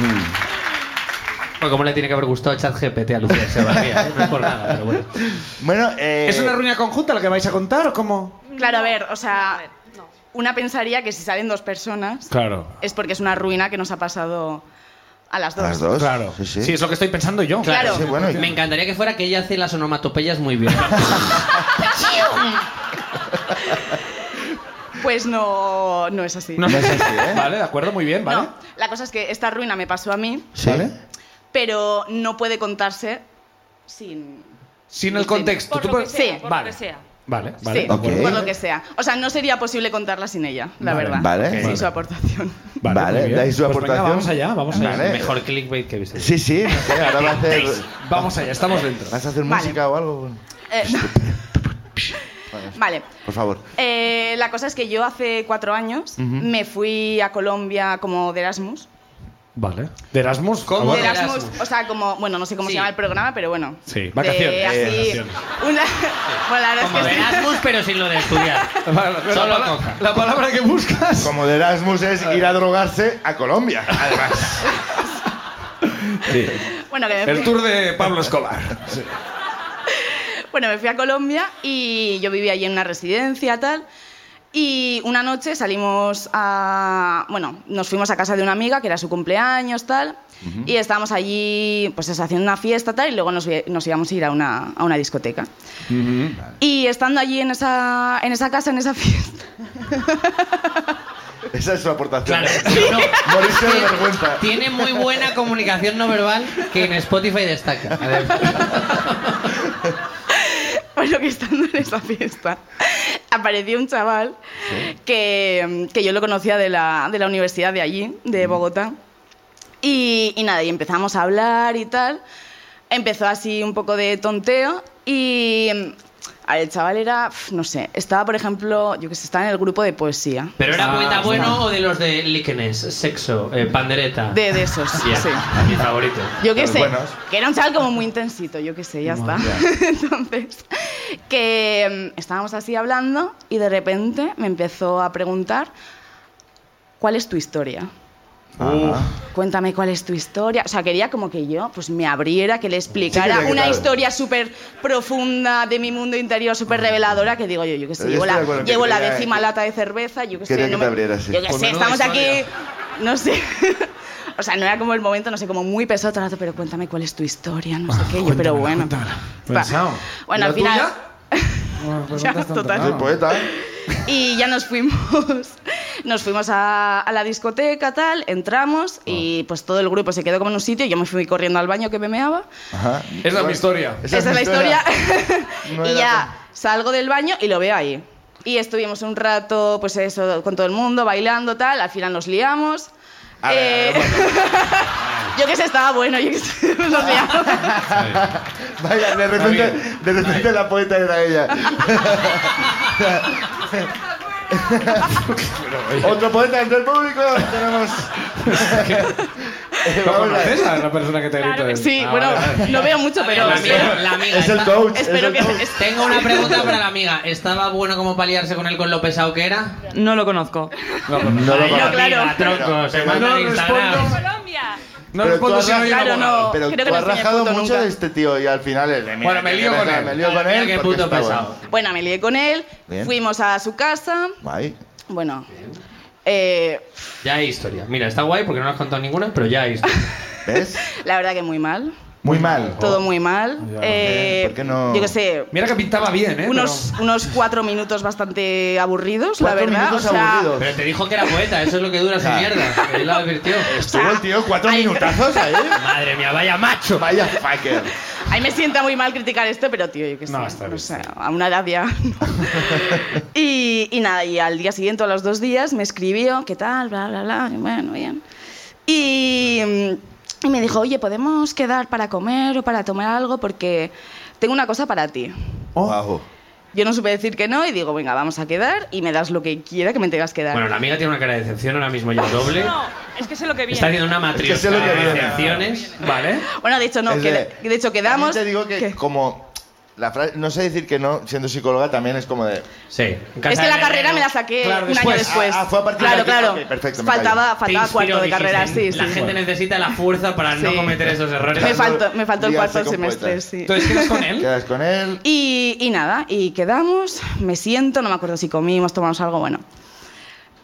C: Bueno, Pues, ¿Cómo le tiene que haber gustado ChatGPT a Lucía Echevarría? eh? No es por nada, pero bueno.
A: bueno, eh,
B: ¿Es una ruina conjunta la que vais a contar o cómo?
D: Claro, a ver, o sea, una pensaría que si salen dos personas
B: Claro.
D: es porque es una ruina que nos ha pasado a las dos.
A: las dos.
B: Claro.
A: Sí, sí.
B: es lo que estoy pensando yo.
D: Claro.
A: Sí, bueno,
C: Me encantaría que fuera que ella hace las onomatopeyas muy bien.
D: Pues no, no es así.
B: No
A: No es así, ¿eh?
B: Vale, de acuerdo, muy bien, ¿vale?
D: No, la cosa es que esta ruina me pasó a mí,
A: ¿Sí?
D: pero no puede contarse sin...
B: Sin el
D: Sí.
B: contexto.
F: Por
B: Tú
F: lo que
B: puedes-
F: sea,
D: Sí,
F: por
B: vale.
F: lo que sea.
B: Vale, vale.
D: sí,
B: de acuerdo.
A: Ok.
D: por lo que sea. O sea, no sería posible contarla sin ella, la
B: Vale,
D: verdad.
A: vale.
D: Sí,
A: Vale.
D: su aportación.
A: Vale,
B: muy bien.
A: dais su
B: Pues venga,
A: aportación.
B: vamos allá, vamos allá.
A: Vale.
C: Mejor clickbait que he visto.
A: Sí, sí, no sé, ahora va a hacer,
B: Vamos allá, estamos dentro.
A: ¿vas a hacer
D: Vale.
A: música o algo?
D: Eh, vale.
A: Por favor.
D: Eh, la cosa es que yo hace cuatro años me fui a Colombia como de Erasmus
B: Vale. ¿De Erasmus? Ah,
H: De
B: bueno.
H: Erasmus,
C: Erasmus.
H: o sea, como, bueno, no sé cómo
C: Sí.
H: se llama el programa, pero bueno.
B: Sí,
H: De
B: vacaciones.
H: así,
B: Vacaciones.
H: una, bueno, la verdad
C: Como
H: es que
C: de
H: sí.
C: Erasmus, pero sin lo de estudiar.
B: Vale, la,
C: Solo
B: pala-
C: coca.
B: la palabra que buscas.
A: Como de Erasmus es ir a drogarse a Colombia, además.
H: Bueno, que me fui-
B: El tour de Pablo Escobar.
H: Bueno, me fui a Colombia y yo vivía allí en una residencia, tal. Y una noche salimos a. Bueno, nos fuimos a casa de una amiga que era su cumpleaños, tal. Y estábamos allí, pues eso, haciendo una fiesta, tal. Y luego nos, vi- nos íbamos a ir a una, a una discoteca. Y estando allí en esa, en esa casa, en esa fiesta.
A: Esa es su aportación.
C: Claro. No.
A: Morirse de vergüenza.
C: Tiene muy buena comunicación no verbal que en Spotify destaca. A ver.
H: Bueno, que estando en esa fiesta, apareció un chaval que, que yo lo conocía de la, de la universidad de allí, de Bogotá. Y, y nada, y empezamos a hablar y tal. Empezó así un poco de tonteo y... A ver, el chaval era, pf, no sé, estaba, por ejemplo, yo que sé, estaba en el grupo de poesía.
C: Pero era
B: Ah,
C: poeta
B: está.
C: bueno o de los de líquenes, sexo, eh, pandereta.
H: De, de esos,
C: Ya,
H: sí.
C: Mi favorito.
H: Yo qué
A: Los
H: sé,
A: buenos.
H: que era un chaval como muy intensito, yo qué sé, ya está. Entonces, que mm, estábamos así hablando y de repente me empezó a preguntar, ¿cuál es tu historia?
A: Ah,
H: Cuéntame cuál es tu historia. O sea, quería como que yo pues me abriera, que le explicara
A: quería que
H: una
A: te abra.
H: historia súper profunda de mi mundo interior, súper reveladora, que digo yo, yo qué sé,
A: Yo
H: llevo
A: estoy de
H: la,
A: acuerdo en que
H: llevo la
A: quería-
H: décima lata de cerveza, yo qué sé.
A: Quería que
H: me-
A: te abrieras, sí.
H: Yo qué
C: Pues
H: sé,
C: menuda
H: estamos
C: historia.
H: aquí, no sé. O sea, no era como el momento, no sé, como muy pesado todo el rato, pero cuéntame cuál es tu historia, no sé qué, yo, pero bueno. Va.
B: Ah, Pensado.
H: Bueno,
B: ¿Y
H: al
B: la
H: final...
B: tuya?
H: Ya, total.
A: Soy poeta.
H: Y ya nos fuimos. Nos fuimos a, a la discoteca, tal, entramos
B: Ah.
H: y pues todo el grupo se quedó como en un sitio. Yo me fui corriendo al baño que me meaba.
A: Ajá.
B: Esa es mi historia.
H: Esa, es la historia.
A: No
H: y
A: era
H: ya salgo del baño y lo veo ahí. Y estuvimos un rato, pues eso, con todo el mundo, bailando, tal. Al final nos liamos. Eh,
A: A ver, a ver,
H: yo que sé, estaba bueno, yo que sé, nos liamos.
A: Vaya, de repente, de repente la poeta era ella. Otro poeta entre el público. Tenemos. Eh,
B: ¿Lo
A: vamos a ver.
B: conoces a la persona que te gritó? esto?
H: Sí,
B: Ah,
H: bueno,
B: vale.
H: no veo mucho, pero
C: la
H: espero,
C: amiga, la amiga.
A: Es el
C: está-
A: coach. es
H: espero
A: el
H: que...
A: coach.
H: es-
C: Tengo una pregunta para la amiga. ¿Estaba bueno como paliarse con él con lo pesado que era?
I: No lo conozco.
A: No lo
C: Ay,
A: conozco.
C: amiga,
H: claro.
C: tronco, se
A: Pero
C: manda
B: no
C: en Instagram.
B: respondo.
I: Colombia.
B: No
A: Pero
B: respondo
A: tú
B: si no hay un
A: hablas-
H: Claro,
B: abogado.
H: no.
A: Pero
H: creo que
A: tú
H: no
A: has
H: enseñé
A: rajado
H: foto
A: mucho
H: nunca.
A: de este tío y al final es de mira,
B: Bueno, me
A: que
B: lío
A: me
B: con
A: pesa-
B: él.
A: Me lío con él.
C: Qué
A: porque
C: puto
A: está
C: pesado.
A: bueno.
H: Bueno, me lié con él,
A: Bien.
H: fuimos a su casa,
A: Guay.
H: bueno... eh,
C: Ya hay historia. Mira, está guay porque no nos has contado ninguna, pero ya hay historia.
A: ¿Ves?
H: la verdad que muy mal.
A: Muy mal.
H: Todo muy mal. Eh,
A: Oh. ¿Por qué no?
H: Yo qué sé.
B: Mira que pintaba bien, ¿eh?
H: Unos, unos cuatro minutos bastante aburridos, la
A: Cuatro
H: verdad.
A: minutos
H: o sea,
A: aburridos.
C: Pero te dijo que era poeta, eso es lo que dura su
A: Claro.
C: mierda. Él la advirtió.
A: Estuvo el tío cuatro minutazos ahí.
C: Madre mía, vaya macho.
A: Vaya fucker.
H: A mí me sienta muy mal criticar esto, pero tío, yo qué sé.
B: No, está bien,
H: sé, a una edad ya. no. y, y nada, y al día siguiente, o a los dos días, me escribió, ¿qué tal? Bla, bla, bla. y bueno, bien. Y, mm, y me dijo, oye, ¿podemos quedar para comer o para tomar algo? Porque tengo una cosa para ti.
A: Guau.
H: Yo no supe decir que no y digo, venga, vamos a quedar y me das lo que quiera que me tengas que dar.
C: Bueno, la amiga tiene una cara de decepción ahora mismo ya doble.
I: No, es que sé lo que viene.
C: Está haciendo una matriz
A: Es que sé lo que
C: de
A: viene.
C: decepciones.
B: Vale.
H: Bueno, de hecho, no,
A: Es
H: que-
A: de-
H: de hecho quedamos.
A: También te digo que
H: ¿Qué?
A: como la frase, no sé decir que no, siendo psicóloga también es como de
C: Sí. en casa
H: Es que
C: de
H: la
C: Guerrero
H: carrera me la saqué
B: Claro,
H: un año
B: después.
H: después.
A: Ah, ah, fue a partir de
H: claro,
A: aquí.
H: claro.
A: Ok, perfecto, me
H: faltaba
A: callo.
C: te
H: faltaba
C: inspiró,
H: cuarto de
C: dijiste.
H: carrera, sí, sí.
C: La gente necesita la fuerza para no
H: Sí.
C: cometer esos errores.
H: me, faltó, me faltó el
A: Liarse
H: cuarto
A: con
H: semestre,
A: poetas.
H: sí.
B: Entonces quedas con él.
A: quedas con él.
H: Y, y nada, y quedamos, me siento, no me acuerdo si comimos, tomamos algo, bueno.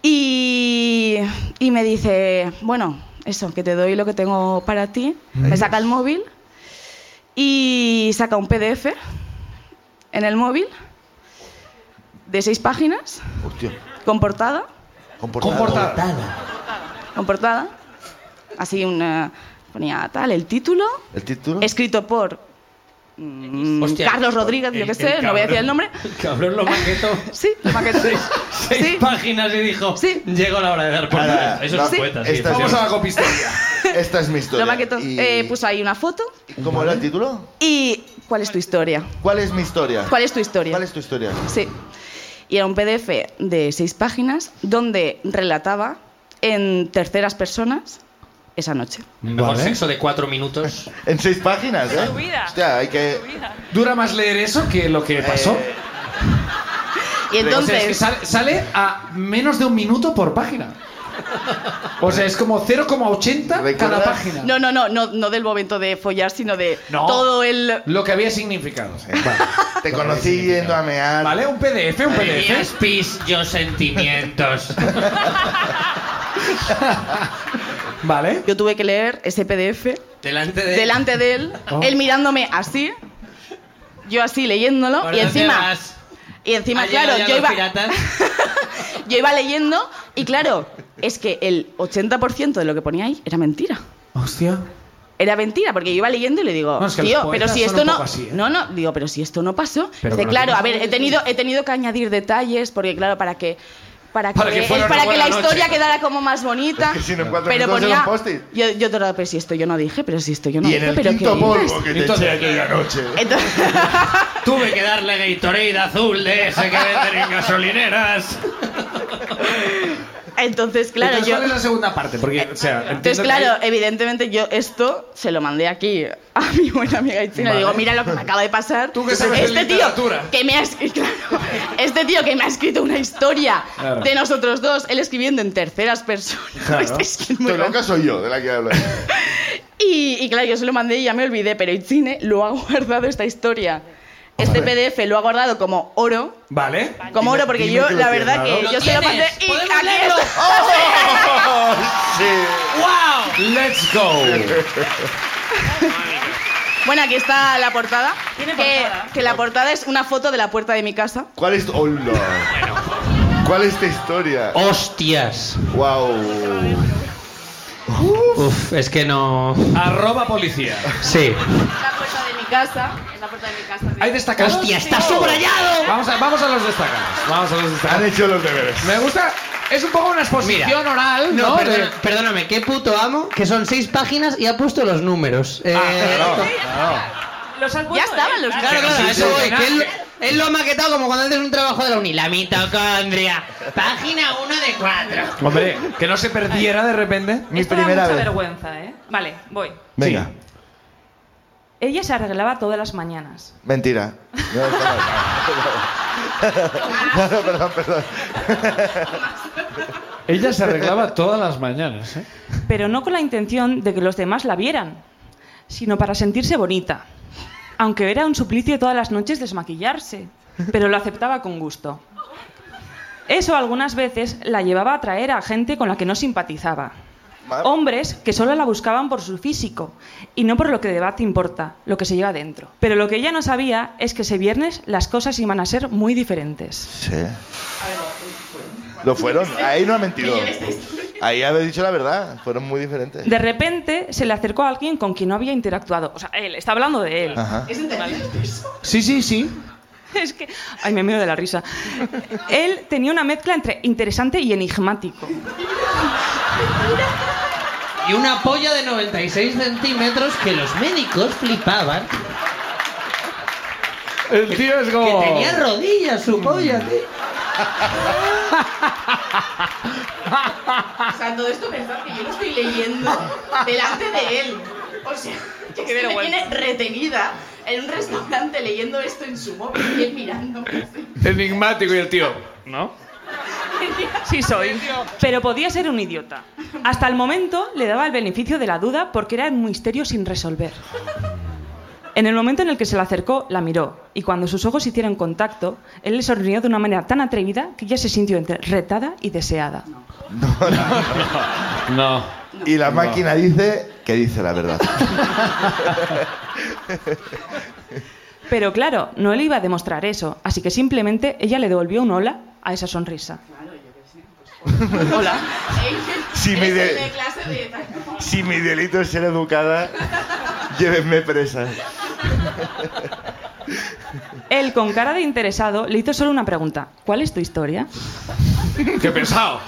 H: Y, y me dice, bueno, eso, que te doy lo que tengo para ti. Me saca el móvil y saca un PDF en el móvil de seis páginas,
A: Hostia,
H: con portada,
A: comportado.
H: con portada. Así una, ponía tal, el título,
A: El título.
H: escrito por mm,
C: Hostia.
H: Carlos Rodríguez, yo qué
C: El-
H: sé,
C: el
H: no voy a decir
C: cabrón.
H: el nombre.
C: El cabrón lo maquetó.
H: Sí, lo maquetó.
C: Seis
H: Sí.
C: páginas y dijo:
H: Sí.
C: Llegó la hora de dar por
A: Ahora,
C: nada. Eso
A: no,
C: es poeta. sí,
A: esta-
C: efectivamente.
B: Vamos a la copistería.
A: Esta es mi historia.
H: Lo maquetó.
A: Y-
H: Eh, puso ahí una foto.
A: ¿y ¿Cómo era el título?
H: ¿Y cuál es tu historia?
A: ¿Cuál es mi historia?
H: ¿Cuál es tu historia?
A: ¿Cuál es tu historia?
H: Sí. Y era un PDF de seis páginas donde relataba en terceras personas esa noche.
C: Mejor
B: Vale.
C: sexo de cuatro minutos.
A: En seis páginas, ¿eh?
F: tu vida.
A: Hostia, hay que.
F: Tu vida.
B: Dura más leer eso que lo que pasó.
A: Eh,
H: Y
B: O sea, es que
H: entonces,
B: sale, sale a menos de un minuto por página. O sea, es como 0,80 cada
A: ¿Recuerdas?
B: página.
H: no, no, no, no, no del momento de follar, sino de
B: No.
H: todo el...
B: Lo que había significado.
A: te conocí yendo a mear.
B: ¿Vale? Un PDF, un
C: Mías
B: PDF.
C: pis, yo sentimientos.
B: ¿Vale?
H: Yo tuve que leer ese PDF
C: Delante de...
H: delante de él,
B: Oh.
H: él mirándome así, yo así leyéndolo,
C: ¿Por
H: y
C: dónde
H: encima,
C: vas?
H: y encima,
C: ¿Han llegado
H: claro,
C: ya
H: yo
C: los
H: iba,
C: piratas?
H: yo iba leyendo, y claro, es que el 80% de lo que ponía ahí era mentira.
B: Hostia.
H: Era mentira, porque yo iba leyendo y le digo,
B: Bueno, es que los
H: tío,
B: poetas
H: pero si
B: son
H: esto
B: un
H: no.
B: poco así, ¿eh?".
H: No, no, digo, pero si esto no pasó.
B: Pero
H: Dice,
B: no
H: claro,
B: tienes
H: a ver, he tenido, he tenido que añadir detalles, porque claro, para que. Para que,
B: Para que fuera una
H: es para que
B: buena
H: la
B: noche.
H: historia quedara como más bonita.
A: Es que si no, en cuatro
H: pero
A: minutos era
H: ponía.
A: un post-it.
H: Yo, yo todo el rato, pero si esto yo no dije, pero si esto yo no
A: Y en
H: dije,
A: el
H: pero
A: quinto
H: ¿qué dices?".
A: polvo que te
B: Entonces-
A: eché aquella noche.
H: Entonces,
C: Tuve que darle Gatorade azul de ese que venden en gasolineras.
H: entonces, claro,
B: Entonces,
H: yo.
B: ¿Cuál es la segunda parte? Porque, o sea, entiendo
H: Entonces,
B: que
H: claro,
B: hay-
H: evidentemente yo esto se lo mandé aquí a mi buena amiga Itzina.
B: Vale.
H: Digo, mira lo que me acaba de pasar.
B: Tú que sabes de
H: este tío
B: literatura.
H: que me ha escri- claro, este tío que me ha escrito una historia
B: Claro.
H: de nosotros dos, él escribiendo en terceras personas.
B: Claro.
H: Este Es que es muy
A: Estoy
H: raro.
A: loca soy yo de la que hablo.
H: Y, y claro, yo se lo mandé y ya me olvidé, pero Itzine lo ha guardado esta historia. Este PDF lo ha guardado como oro.
B: Vale.
H: Como oro, porque
A: dime
H: yo,
A: que lo
H: la verdad,
A: tienes, ¡Oh!
H: que
C: ¿no?
H: yo
C: Lo
H: se lo
C: tienes,
H: mandé y
C: podemos
H: aquí
C: leerlo.
H: está.
A: sí.
C: ¡Wow!
B: Let's go.
H: Bueno, aquí está la portada.
F: Tiene
H: que,
F: portada.
H: que la portada es una foto de la puerta de mi casa.
A: ¿Cuál es. ¡Hola! ¿Cuál es esta historia?
C: ¡Hostias!
A: ¡Wow!
C: Uf, es que no...
B: Arroba policía.
C: Sí.
H: La puerta de mi casa. Es la puerta de mi casa.
B: Hay destacados.
C: ¡Hostia, está subrayado!
B: Vamos a, vamos a los destacados. Vamos a los destacados.
A: Han hecho los deberes.
B: Me gusta. Es un poco una exposición
C: Mira.
B: oral, ¿no?
C: No,
B: De-
C: perdona- perdóname, qué puto amo, que son seis páginas y ha puesto los números. Eh,
B: Ah, claro.
F: Los has
H: Ya
F: puesto,
H: estaban
F: ¿eh?
H: los
C: Claro,
H: números.
C: claro,
B: Sí,
C: a eso
B: sí,
C: voy.
B: sí.
C: que él, él lo ha maquetado como cuando haces un trabajo de la uni. La mitocondria. Página 1 de 4.
B: Hombre, que no se perdiera de repente.
A: Mi
F: Esto da
A: primera
F: mucha
A: vez.
F: vergüenza, ¿eh? Vale, voy.
A: Venga.
F: Ella se arreglaba todas las mañanas.
A: Mentira. No, perdón. No, perdón, perdón.
B: Ella se arreglaba todas las mañanas, ¿eh?
F: Pero no con la intención de que los demás la vieran, sino para sentirse bonita. Aunque era un suplicio todas las noches desmaquillarse, pero lo aceptaba con gusto. Eso algunas veces la llevaba a traer a gente con la que no simpatizaba.
A: Ma-
F: Hombres que solo la buscaban por su físico y no por lo que de verdad te importa, lo que se lleva dentro. Pero lo que ella no sabía es que ese viernes las cosas iban a ser muy diferentes.
A: Sí. Lo fueron. Ahí no ha mentido. Ahí habéis dicho la verdad. Fueron muy diferentes.
F: De repente se le acercó a alguien con quien no había interactuado. O sea, él, está hablando de él.
A: Ajá.
B: Sí, sí, sí.
F: Es que. Ay, me meo de la risa. Él tenía una mezcla entre interesante y enigmático.
C: Y una polla de 96 centímetros que los médicos flipaban.
B: El tío es
C: Que
B: como.
C: tenía rodillas su polla, tío.
H: O sea, todo esto pensad que yo lo estoy leyendo delante de él. O sea, que se me tiene retenida en un restaurante leyendo esto en su móvil y él mirando.
B: Enigmático y el tío. ¿No?
F: Sí, soy. Pero podía ser un idiota. Hasta el momento le daba el beneficio de la duda porque era un misterio sin resolver. En el momento en el que se le acercó, la miró. Y cuando sus ojos hicieron contacto, él le sonrió de una manera tan atrevida que ella se sintió entre retada y deseada.
B: No.
A: Y la máquina dice que dice la verdad.
F: Pero claro, no le iba a demostrar eso, así que simplemente ella le devolvió un hola a esa sonrisa. Hola.
A: Si mi, de-
H: clase de...
A: si mi delito es ser educada, llévenme presa.
F: Él, con cara de interesado, le hizo solo una pregunta. ¿Cuál es tu historia?
B: Qué pesado.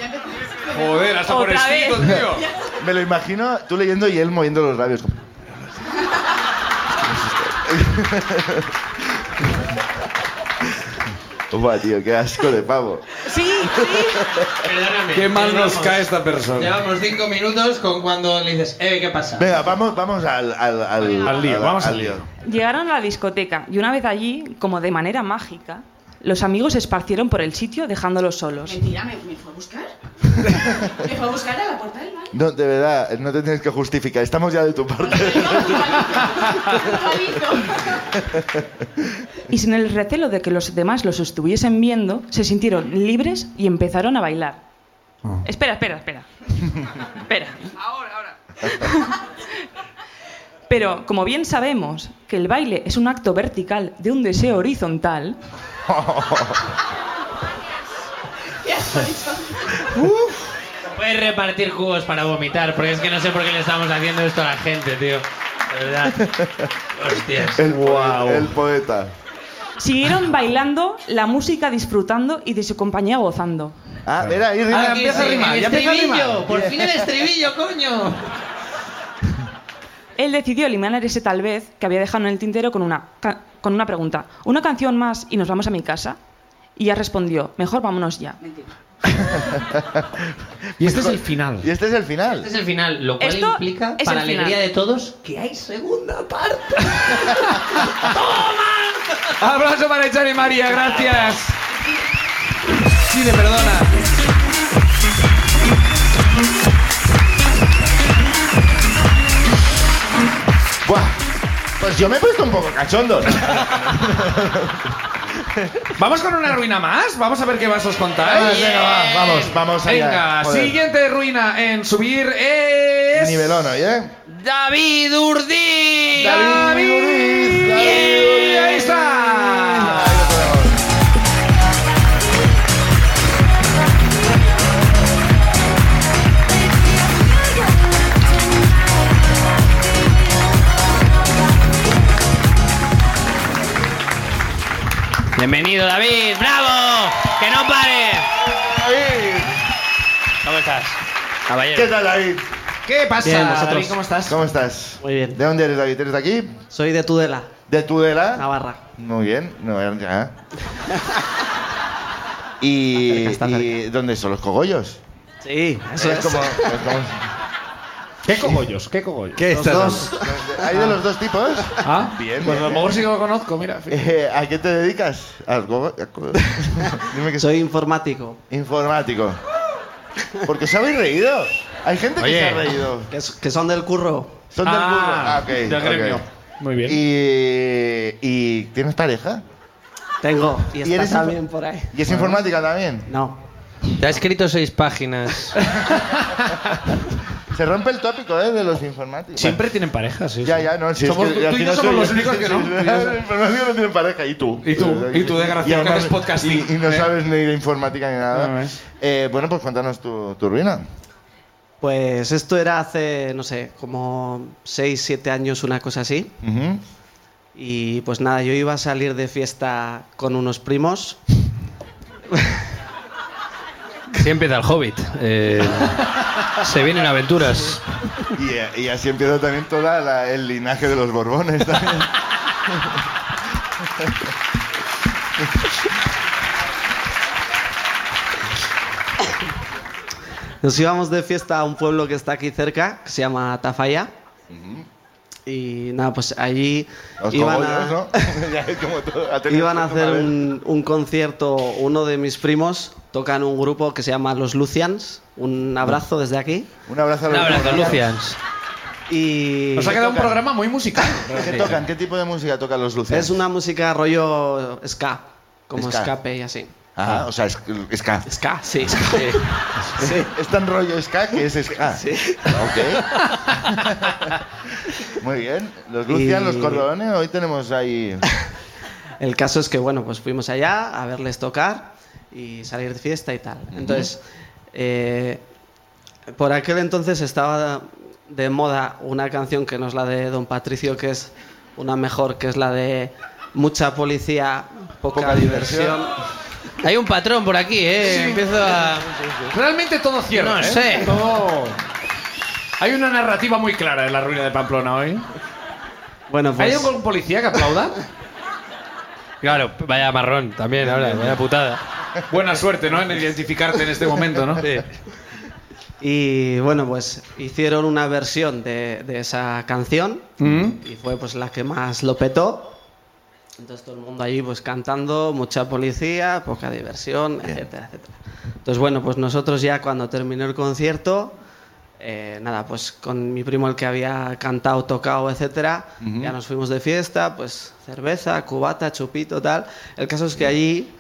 B: Joder, hasta por
F: Otra
B: escrito, tío.
A: Me lo imagino tú leyendo y él moviendo los labios. como- Buah, tío, qué asco de pavo.
F: Sí, sí.
J: Perdóname.
B: Qué mal nos
J: Llevamos-
B: cae esta persona.
J: Llevamos cinco minutos con cuando le dices, eh, ¿qué pasa?
A: Venga, vamos, vamos al, al,
B: Al lío, vamos al lío.
F: Llegaron a la discoteca y una vez allí, como de manera mágica, los amigos se esparcieron por el sitio dejándolos solos.
D: Mentira, ¿me, me fue a buscar? ¿Me fue a buscar a la puerta del baño?
A: No, de verdad, no te tienes que justificar. Estamos ya de tu parte.
D: Actualizo, actualizo.
F: Y sin el recelo de que los demás los estuviesen viendo, se sintieron libres y empezaron a bailar. Espera, espera, espera. espera. Ahora, ahora. Pero, como bien sabemos que el baile es un acto vertical de un deseo horizontal,
J: Puedes repartir jugos para vomitar, porque es que no sé por qué le estamos haciendo esto a la gente, tío. De verdad. Hostias.
A: El, wow. el poeta.
F: siguieron bailando, la música disfrutando y de su compañía gozando.
A: Ah, mira, ahí rima.
B: Ah, empieza a rimar,
J: el
B: ya empieza a rimar.
J: estribillo, por fin el estribillo, coño.
F: Él decidió eliminar ese tal vez que había dejado en el tintero con una, ca- con una pregunta. ¿Una canción más y nos vamos a mi casa? Y ya respondió, mejor vámonos ya.
B: Y este es el final.
A: Y este es el final.
C: Este es el final, lo cual
F: Esto
C: implica,
F: es
C: para
F: el
C: alegría
F: final.
C: de todos, que
B: Abrazo para Echar y María, gracias. Chile, perdona.
A: Buah. Pues yo me he puesto un poco cachondo. ¿no?
B: Vamos con una ruina más, vamos a ver qué vas os
J: Ah,
B: contáis.
A: Venga, va, vamos, vamos allá.
B: Venga,
A: Joder.
B: siguiente ruina en subir es.
A: Nivelón hoy, ¿eh?
J: David Urdi.
B: David.
A: David.
B: Y ahí está.
A: Ahí lo tenemos.
C: Bienvenido, David, bravo, que no pare.
A: David.
C: ¿Cómo estás?
A: ¿Qué
C: Caballero.
A: tal, David?
B: ¿Qué pasa,
J: Bien, vosotros.
B: David? ¿Cómo estás?
A: ¿Cómo estás?
J: Muy bien.
A: ¿De dónde eres, David? ¿Eres de aquí?
J: Soy de Tudela,
A: ¿De Tudela?
J: Navarra.
A: Muy bien, no, ya. ¿Y,
J: Está cerca, está
A: y dónde son los cogollos? Eh,
J: Sí,
A: es como. es como-
B: ¿Qué cogollos? ¿Qué cogollos?
J: ¿Qué
B: Los dos.
A: ¿Hay de los dos tipos?
B: ¿Ah?
A: Bien,
B: Pues
A: bien,
B: a lo mejor sí que lo conozco, mira.
A: Eh, ¿A qué te dedicas? Al gogo- al gogo- Dime que
J: Soy informático.
A: Informático. Porque os habéis reído. Hay gente que
B: Oye.
A: se ha reído.
J: Que, s- que son del curro.
A: Son del
B: Ah,
A: burro. Ah, ok,
B: del
A: ok.
B: gremio. Muy bien.
A: ¿Y, ¿Y tienes pareja?
J: Tengo. Y está
A: eres
J: también
A: info-
J: por ahí.
A: ¿Y es informática también?
J: No.
C: Te ha escrito seis páginas.
A: Se rompe el tópico, ¿eh? De los informáticos.
B: Siempre tienen parejas, sí.
A: Ya,
B: sí.
A: ya, no. Si
B: Somos-
A: es que,
B: tú-
A: al
B: tú y yo
A: final
B: somos
A: soy-
B: los únicos que no.
A: Sí, sí, el informático no tiene pareja. Y tú.
B: Y tú, y tú, desgraciado, que
A: además-
B: haces podcasting.
A: Y, y no
B: Eh.
A: sabes ni de informática ni
B: No,
A: nada.
B: ves.
A: Eh, bueno, pues cuéntanos tu, tu ruina.
J: Pues esto era hace, no sé, como 6, 7 años, una cosa así.
A: Ujú.
J: Y pues nada, yo iba a salir de fiesta con unos primos.
C: Sí empieza el Hobbit. eh, se vienen aventuras.
A: Y, eh, y así empieza también todo el linaje de los Borbones. también.
J: Nos íbamos de fiesta a un pueblo que está aquí cerca, que se llama Tafalla. Y nada, pues allí
A: Los
J: iban
A: cogollos,
J: a,
A: ¿no? Ya es como todo, ha tenido
J: iban a
A: todo una
J: hacer
A: vez.
J: un, un concierto, uno de mis primos tocan un grupo que se llama Los Lucians, un abrazo desde aquí.
A: Un abrazo a
C: Un
A: los
C: abrazo,
A: Borbones.
C: Lucians.
J: Y
B: Nos ha quedado un programa muy musical.
A: ¿Qué tocan? ¿Qué tipo de música tocan los Lucians?
J: es una música rollo ska, como
A: Ska.
J: escape y así.
A: Ah, o sea, es, ska. Ah.
J: Ska, sí.
A: Es tan rollo ska que es ska. Sí. Ok. Muy bien. Los Lucian,
J: Y-
A: los Corleones, hoy tenemos ahí...
J: El caso es que, bueno, pues fuimos allá a verles tocar y salir de fiesta y tal. Entonces, eh, por aquel entonces estaba de moda una canción que no es la de Don Patricio, que es una mejor, que es la de Mucha policía, poca,
A: Poca diversión.
J: diversión.
C: Hay un patrón por aquí, ¿eh? Empiezo a...
B: Realmente todo cierra.
C: No
B: ¿eh?
C: sé.
B: Todo- Hay una narrativa muy clara en la ruina de Pamplona hoy.
J: Bueno,
B: ¿Hay
J: pues
B: algún policía que aplauda?
C: Claro, vaya marrón también ahora, vaya putada.
B: Buena suerte, ¿no? En identificarte en este momento, ¿no?
J: Y bueno, pues hicieron una versión de, de esa canción
B: Mm.
J: y fue pues la que más lo petó. Entonces todo el mundo allí pues cantando, mucha policía, poca diversión, etcétera, etcétera. Entonces bueno, pues nosotros ya cuando terminó el concierto, eh, nada, pues con mi primo el que había cantado, tocado, etcétera, ya nos fuimos de fiesta, pues cerveza, cubata, chupito, tal. El caso es que allí,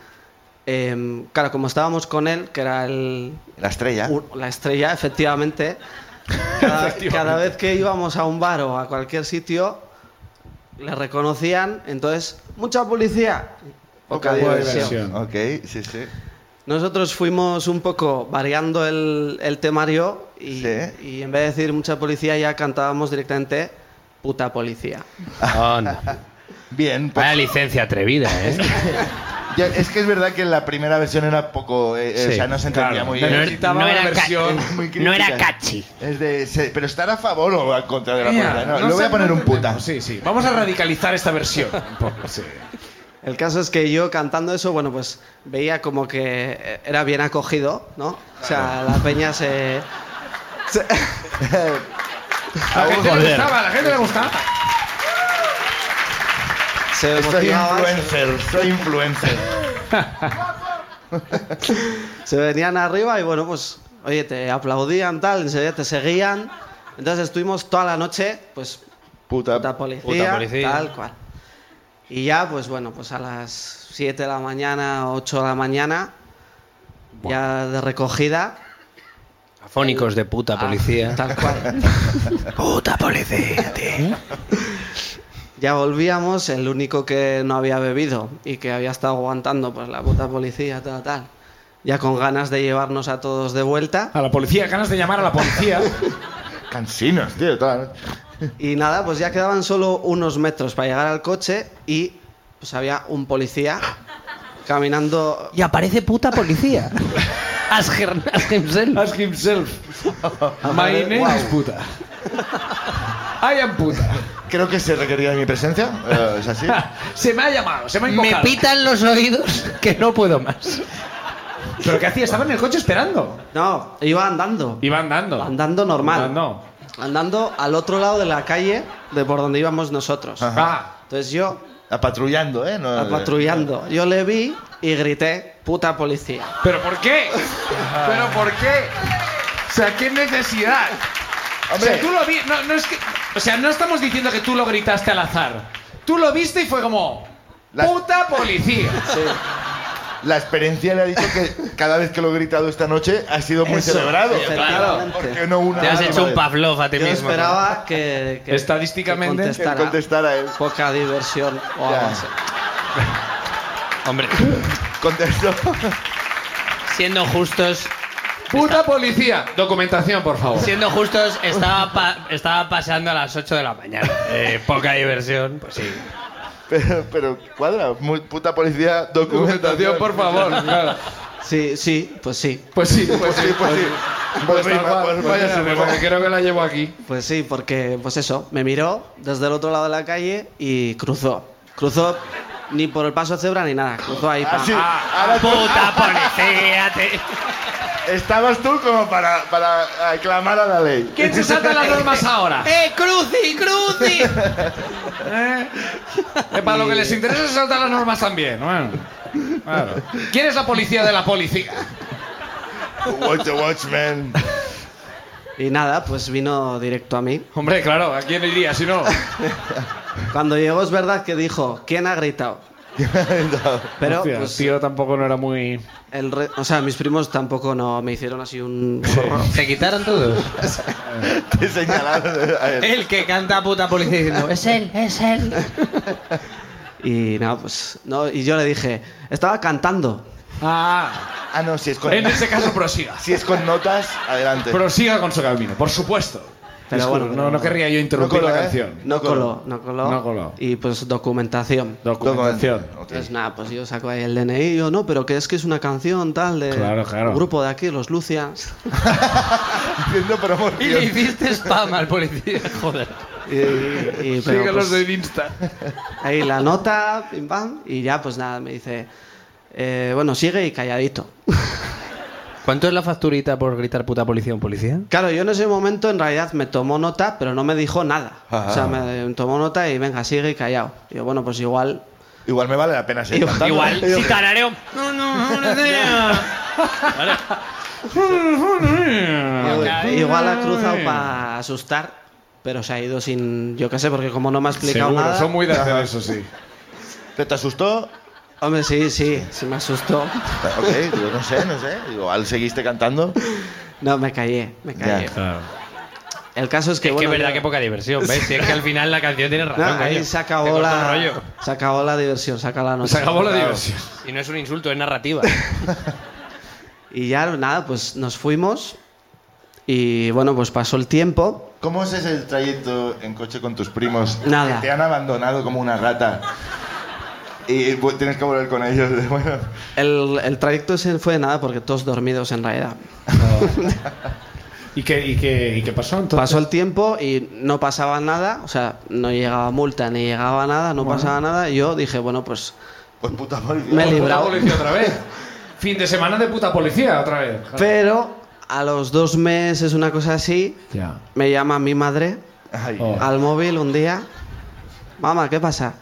J: em, claro, como estábamos con él, que era el,
A: La estrella.
J: U- La estrella, efectivamente. Cada, cada vez que íbamos a un bar o a cualquier sitio, le reconocían. Entonces, mucha policía. Poca diversión.
A: Ok, sí, sí.
J: Nosotros fuimos un poco variando el, el temario y,
A: Sí.
J: y en vez de decir mucha policía ya cantábamos directamente puta policía.
C: Vaya
A: Bien, pues,
C: licencia atrevida, ¿eh?
A: ya- es que es verdad que la primera versión era poco, eh, eh,
C: Sí,
A: o sea, no se entendía
B: claro.
A: muy
B: No
A: bien.
B: era- Necesitaba una
C: ca-
B: versión
A: muy
C: no era
A: crítica.
C: catchy.
A: Es de, se- pero estar a favor o al contra de la
B: Mira,
A: puerta. No,
B: no
A: le voy
B: sé,
A: a poner
B: no
A: un puta.
B: entendemos. Sí, sí. Vamos a radicalizar esta versión. un poco, sí.
J: El caso es que yo cantando eso, bueno, pues veía como que eh, era bien acogido, ¿no? O sea, la peña se...
B: A la gente le
C: Joder.
B: gustaba, a la gente le gustaba.
J: se
A: Soy
J: emocionaba, se-
A: influencer, soy influencer.
J: se venían arriba y bueno, pues, oye, te aplaudían, tal, enseguida te seguían. Entonces estuvimos toda la noche, pues,
A: Puta,
J: puta policía,
C: puta policía.
J: tal cual. Y ya, pues bueno, pues a las 7 de la mañana, 8 de la mañana, ya de recogida. Ah,
C: Afónicos de puta policía.
J: Tal cual.
C: Puta policía, tío.
J: Ya volvíamos, el único que no había bebido y que había estado aguantando, pues la puta policía, tal, tal. Ya con ganas de llevarnos a todos de vuelta.
B: A la policía, ganas de llamar a la policía.
A: Cansinos, tío. toda la noche.
J: Y nada, pues ya quedaban solo unos metros para llegar al coche y pues había un policía caminando.
C: Y aparece puta policía. As, her- as himself.
B: Ask himself. My name
J: Wow.
B: is puta. I am puta.
A: Creo que se requería de mi presencia. eh, ¿Es así?
B: Se me ha llamado, se me ha
C: Me
B: invocado.
C: pitan los oídos que no puedo más.
B: ¿Pero qué hacía? Estaba en el coche esperando.
J: No, iba andando.
B: Iba andando.
J: Andando normal.
B: Andando.
J: Andando al otro lado de la calle de por donde íbamos nosotros.
A: Ajá.
B: Ah,
J: Entonces yo,
A: A patrullando, ¿eh? No-
J: patrullando, yo le vi y grité, puta policía.
B: ¿pero por qué? ¿Pero por qué? O sea, ¿qué necesidad?
A: Hombre,
B: o sea, tú lo vi... No, no es que... O sea, no estamos diciendo que tú lo gritaste al azar. Tú lo viste y fue como...
A: Las-
B: ¡Puta policía!
A: la experiencia le ha dicho que cada vez que lo he gritado esta noche ha sido muy
J: Eso,
A: celebrado.
J: efectivamente.
A: ¿Por qué no una
C: Te has
A: última
C: hecho un
A: vez?
C: Pavlov a ti
J: Yo
C: mismo.
J: esperaba que, que-
B: Estadísticamente,
J: que
A: Que
J: contestara,
A: contestara él.
J: poca diversión o algo
A: Ya.
J: así.
C: Hombre,
A: Contestó.
C: siendo justos,
B: ¡Puta policía! Documentación, por favor.
C: Siendo justos, estaba, pa- estaba pasando a las 8 de la mañana. Eh, poca diversión, pues sí.
A: Pero, pero cuadra. muy- puta policía, documentación.
B: Documentación, por favor. claro.
J: Sí, sí, pues sí.
B: Pues sí, pues sí,
A: pues sí.
B: Pues
A: Pues
B: tal
A: venga,
B: cual,
A: pues
B: pues
A: vaya
B: mira,
A: su
B: porque
A: madre.
B: creo que la llevo aquí.
J: Pues sí, porque, pues eso, me miró desde el otro lado de la calle y cruzó. Cruzó ni por el paso de cebra ni nada, cruzó ahí.
B: Ah,
J: Ah. pam.
A: Así, Ah, ahora tú-
C: Puta policía, te-
A: estabas tú como para, para aclamar a la ley.
B: ¿Quién se salta las normas ahora?
C: ¡Eh, cruci, cruci!
B: ¿Eh? Que para lo que les interesa se saltan las normas también. Bueno, claro. ¿Quién es la policía de la policía?
A: Watch the Watchmen.
J: Y nada, pues vino directo a mí.
B: Hombre, claro, ¿a quién iría si no?
J: Cuando llegó es verdad que dijo, ¿quién ha gritado? Pero,
B: Hostia,
J: pues,
B: tío tampoco no era muy...
J: el re- o sea, mis primos tampoco no me hicieron así un...
C: Se quitaron todos.
A: Te
B: eh,
A: señalaron. A ver.
C: El que canta puta policía diciendo, es él, es él.
J: Y nada, pues... No, y yo le dije, estaba cantando.
B: Ah,
A: Ah, no, si es con,
B: en ese caso prosiga.
A: si es con notas, adelante.
B: Prosiga con su camino, por supuesto.
J: Pero
B: Disculpa,
J: bueno, pero
B: no, no
J: no.
B: querría yo interrumpir
A: No coló,
B: la
A: ¿eh?
B: canción.
J: No coló, no coló.
B: No coló.
J: Y pues documentación.
B: Documentación.
A: Ok.
J: Entonces, nada, pues yo saco ahí el DNI y yo, no, pero que es que es una canción tal de...
B: Claro, claro.
J: Grupo de aquí, los Lucians.
A: Haciendo promoción.
C: Y le hiciste spam al policía, joder.
J: Y, y- pero,
B: Síguenos
J: pues,
B: en Insta.
J: ahí la nota, pim pam, y ya pues nada, me dice, eh, bueno, sigue y calladito.
C: ¿Cuánto es la facturita por gritar puta policía un policía?
J: Claro, yo en ese momento en realidad me tomó nota, pero no me dijo nada.
B: Ah.
A: Ajá.
J: O sea, me tomó nota y venga, sigue y callado. Digo, bueno, pues igual.
A: Igual me vale la pena ser cantante.
C: Igual,
A: Yo-
C: si tarareo. No, no, no, no.
J: Igual ha cruzado para asustar, pero se ha ido sin. Yo qué sé, porque como no me ha explicado
B: Seguro,
J: nada.
B: son muy de hacer eso, sí.
A: ¿Te, te asustó? Ah,
J: Hombre, sí, sí, sí me asustó.
A: Ok, digo, no sé, no sé. Igual seguiste cantando.
J: No, me callé, me callé.
A: Ya.
J: El caso es que.
C: Es que es
J: bueno,
C: verdad
J: yo-
C: que poca diversión, ¿ves? Si es que al final la canción tiene razón.
J: No,
C: coño.
J: ahí se
C: Te
J: acabó,
C: corta el
J: la,
C: rollo.
J: se acabó la diversión, se acabó la noche.
B: Se acabó la
J: Claro.
B: diversión.
C: Y no es un insulto, es narrativa.
J: Y ya, nada, pues nos fuimos. Y bueno, pues pasó el tiempo.
A: ¿Cómo es ese trayecto en coche con tus primos?
J: Nada.
A: Que te han abandonado como una gata. Y bu- tienes que volver con ellos. Bueno,
J: El, el trayecto ese fue nada porque todos dormidos en realidad.
B: ¿Y qué, y qué, y qué pasó entonces?
J: Pasó el tiempo y no pasaba nada, o sea, no llegaba multa ni llegaba nada, no pasaba nada. Y yo dije, bueno, pues
A: pues puta policía.
J: me he
B: Puta
J: librado.
B: policía otra vez. Fin de semana de puta policía otra vez.
J: Pero a los dos meses, una cosa así,
B: Ya.
J: me llama mi madre
A: Ay.
B: Oh.
J: al móvil un día. Mamá, ¿qué pasa?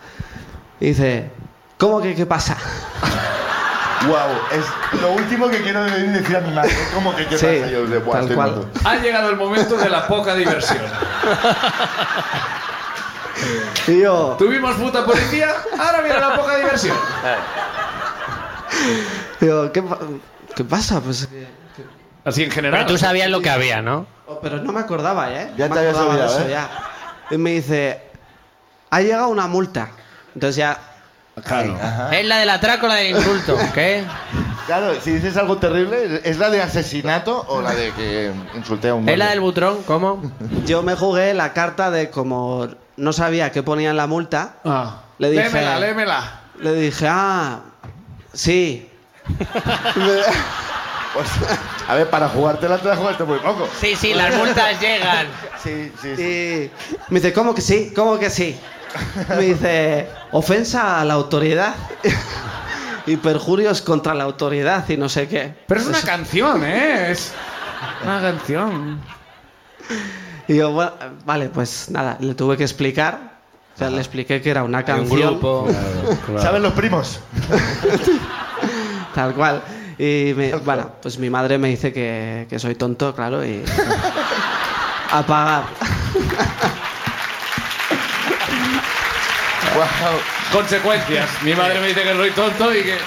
J: Y dice, ¿cómo que qué pasa?
A: Wow, es lo último que quiero decir a mi madre. Es como que qué
J: Sí,
A: pasa? yo de "Buah,
J: tal
A: estoy
J: cual.
A: muerto".
B: Ha llegado el momento de la poca diversión.
J: Y yo,
B: Tuvimos puta policía, ahora viene la poca diversión.
J: yo, ¿qué, pa- qué pasa? Pues, que-
B: Así en general.
C: Pero tú sabías lo que había, ¿no?
J: Oh, pero no me acordaba, ¿eh?
A: Ya
J: No
A: te
J: me
A: habías
J: acordaba de
A: olvidado,
J: eso,
A: ¿eh?
J: ya. Y me dice, ha llegado una multa. Entonces ya,
B: Claro.
C: Es la del atraco, la del insulto. ¿Qué?
A: Claro, si dices algo terrible, ¿es la de asesinato o la de que insulté a un
C: ¿Es la
A: malo?
C: del butrón? ¿Cómo?
J: yo me jugué la carta de como no sabía qué ponía en la multa,
B: Ah.
J: Le dije-
B: Lémela, lémela.
J: le dije, ah, sí.
A: Pues, a ver, para jugártela te la jugaste muy poco.
C: Sí, sí, las multas llegan.
A: Sí, sí, sí.
J: Y me dice, ¿cómo que sí? ¿Cómo que sí? Me dice, ofensa a la autoridad y perjurios contra la autoridad y no sé qué.
B: Pero es una canción, ¿eh? Es una canción.
J: Y yo, bueno, vale, pues nada, le tuve que explicar. O sea, le expliqué que era una
C: Un
J: canción.
C: grupo.
A: ¿Saben los primos?
J: Tal cual. Y me- bueno, pues mi madre me dice que, que soy tonto, claro, y. a pagar.
A: Wow.
B: Consecuencias. Mi madre me dice que soy tonto y que.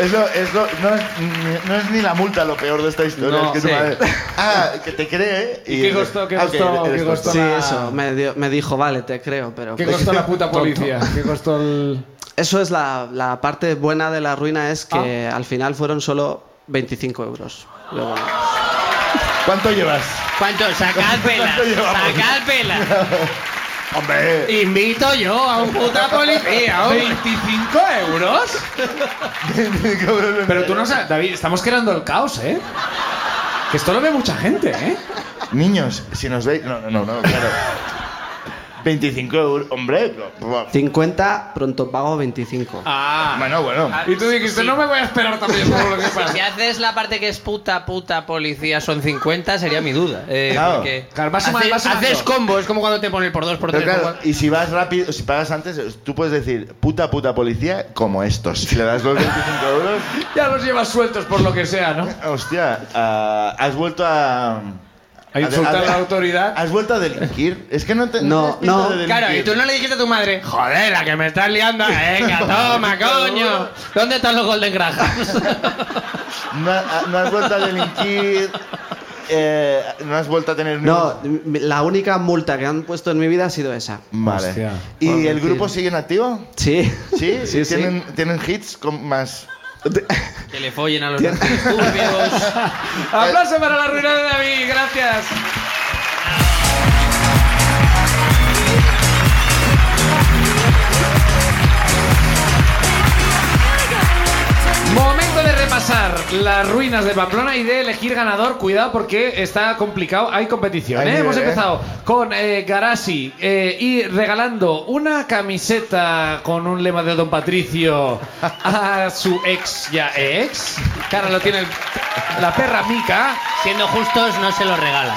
A: Eso, eso no, es, ni- no es ni la multa lo peor de esta historia.
B: No,
A: es que tu
B: sí.
A: madre- Ah, que te cree.
B: ¿Y qué costó, qué
A: Ah, ok,
B: costó,
A: eres
B: qué
A: tonto.
B: costó?
J: Sí,
B: la-
J: eso. Me, dio- me dijo, vale, te creo, pero.
B: ¿Qué costó la puta policía? ¿Qué costó el.?
J: Eso es la, la parte buena de la ruina, es
B: Ah.
J: que al final fueron solo 25 euros. Pero bueno.
A: ¿Cuánto llevas?
C: ¿Cuánto? Sacad velas.
A: ¿Cuánto llevamos?
C: Sacad velas.
A: Hombre,
C: Invito yo a un puta policía. hombre.
B: ¿25 euros? Pero tú no sabes. David, estamos creando el caos, ¿eh? Que esto lo ve mucha gente, ¿eh?
A: niños, si nos veis. No, no, no, no, claro. 25 euros, hombre. bu-
J: 50, pronto pago 25.
C: Ah.
A: Bueno, bueno.
C: Ah,
B: Y tú dijiste,
C: sí.
B: no me voy a esperar también por lo que pasa.
C: Si haces la parte que es puta, puta, policía, son 50, sería mi duda. Eh,
A: Claro.
C: porque
B: Claro, vas sumando,
C: haces,
B: vas sumando.
C: haces combo, es como cuando te pones por dos, por
A: Pero
C: tres, por
A: claro,
C: cuatro.
A: y si vas rápido, si pagas antes, tú puedes decir puta puta policía como estos. Si le das los 25 euros,
B: Ya los llevas sueltos por lo que sea, ¿no?
A: hostia, ah, has vuelto a.
B: A insultar a la autoridad.
A: Has vuelto a delinquir. Es que no te.
J: No,
A: tienes pinta
J: no.
A: de delinquir.
C: Claro, y tú no le dijiste a tu madre, joder, la que me estás liando, venga, toma, coño. ¿Dónde están los Golden Grahams?
A: No, ha- no has vuelto a delinquir. eh, no has vuelto a tener.
J: No, la única multa que han puesto en mi vida ha sido esa.
A: ningún- Vale.
B: Hostia.
A: ¿Y
J: Por
A: el
J: mentir.
A: grupo sigue en activo?
J: Sí.
A: ¿Sí?
J: Sí, sí.
A: ¿Tienen, tienen hits con más.
C: que le follen a los turbios.
B: Aplauso para la ruina de David, gracias. Momento de repasar las ruinas de Pamplona y de elegir ganador. Cuidado porque está complicado. Hay competición.
A: Hay
B: ¿eh?
A: nivel,
B: Hemos
A: ¿eh?
B: empezado con eh, Garasi eh, y regalando una camiseta con un lema de Don Patricio a su ex ya ex. Cara lo tiene el- la perra Mica.
C: Siendo justos, no se lo regalan.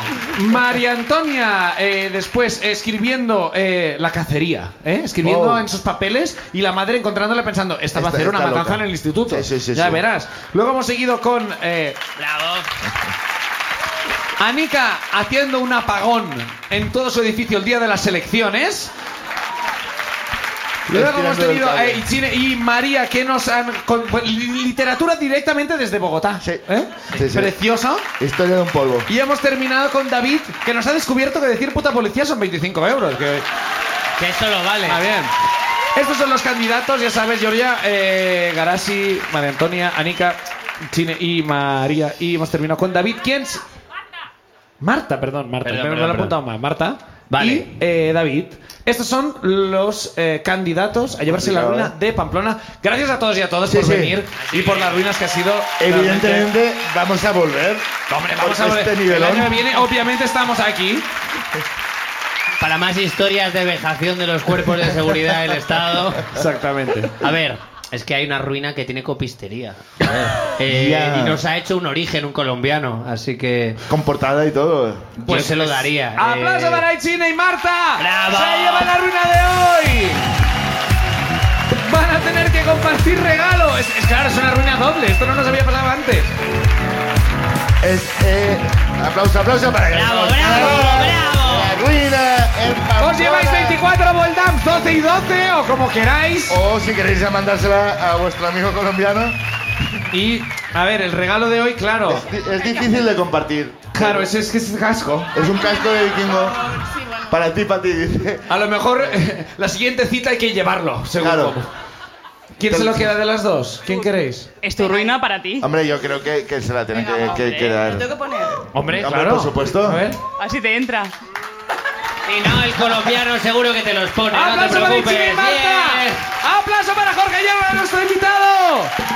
B: María Antonia, eh, después escribiendo eh, la cacería, ¿eh? escribiendo
A: Oh.
B: en sus papeles y la madre encontrándola pensando, esta va a
A: Esta-
B: hacer una
A: está
B: matanza
A: loca.
B: en el instituto.
A: Sí, sí, sí,
B: ya
A: sí.
B: verás. Luego hemos seguido con eh,
C: Bravo.
B: Anika haciendo un apagón en todo su edificio el día de las elecciones. Luego
A: Estirando
B: hemos tenido
A: el cable.
B: eh, Itzine y María que nos han... con- pues, li- literatura directamente desde Bogotá.
A: Sí.
B: ¿eh?
A: Sí, sí.
B: Precioso.
A: Historia de un polvo.
B: Y hemos terminado con David, que nos ha descubierto que decir puta policía son 25 euros. Que,
C: Que esto lo vale.
B: ah, bien. Estos son los candidatos, ya sabes, Georgia, eh, Garasi, María Antonia, Anika, Chine y María. Y hemos terminado con David. ¿Quién? es? Marta, perdón, Marta.
C: Perdón,
B: me- me
C: perdón,
B: lo he
C: perdón.
B: apuntado mal. Marta.
C: Vale.
B: Y eh, David. Estos son los eh, candidatos a llevarse la
A: Complicado,
B: ruina de Pamplona. Gracias a todos y a todas
A: Sí,
B: por
A: sí.
B: venir y por las ruinas que ha sido. realmente-
A: Evidentemente, vamos a volver.
B: Hombre, vamos
A: Porque
B: a ver.
A: Este
B: el año que
A: nivelón.
B: viene, obviamente, estamos aquí.
C: Para más historias de vejación de los cuerpos de seguridad del Estado.
B: Exactamente.
C: A ver, es que hay una ruina que tiene copistería. Joder. Eh,
A: Ya.
C: Y nos ha hecho un origen, un colombiano. Así que
A: Con portada y todo.
C: pues, se lo daría.
B: ¡Aplauso
C: Eh,
B: para Ichine y Marta!
C: ¡Bravo!
B: ¡Se lleva la ruina de hoy! ¡Van a tener que compartir regalo! Es, es claro, es una ruina doble. Esto no nos había pasado antes.
A: Es, eh, aplauso, aplauso para
C: ¡Bravo,
A: Carlos.
C: bravo, bravo!
A: La ruina en Pamplona.
B: ¿Os lleváis 24 Voldams, 12 y 12 o como queráis?
A: O si queréis ya mandársela a vuestro amigo colombiano,
B: Y, a ver, el regalo de hoy, claro.
A: es, es difícil de compartir.
B: Claro, es, es que es casco.
A: Es un casco de vikingo. Para ti, para ti, dice.
B: A lo mejor eh, la siguiente cita hay que llevarlo, seguro.
A: Claro.
B: ¿Quién se lo queda de las dos? ¿Quién queréis?
F: Es tu ruina para ti.
A: Hombre, yo creo que, que se la tienen que, que, que
D: Lo tengo
A: dar.
D: que poner.
B: Hombre,
A: Hombre, por supuesto.
B: A ver.
F: Así te entra.
C: Si no, el colombiano seguro que te los pone. No te
B: ¡Aplauso para
C: preocupes.
B: Ichi y Marta!
C: Bien.
B: ¡Aplauso para Jorge Hierba, nuestro invitado!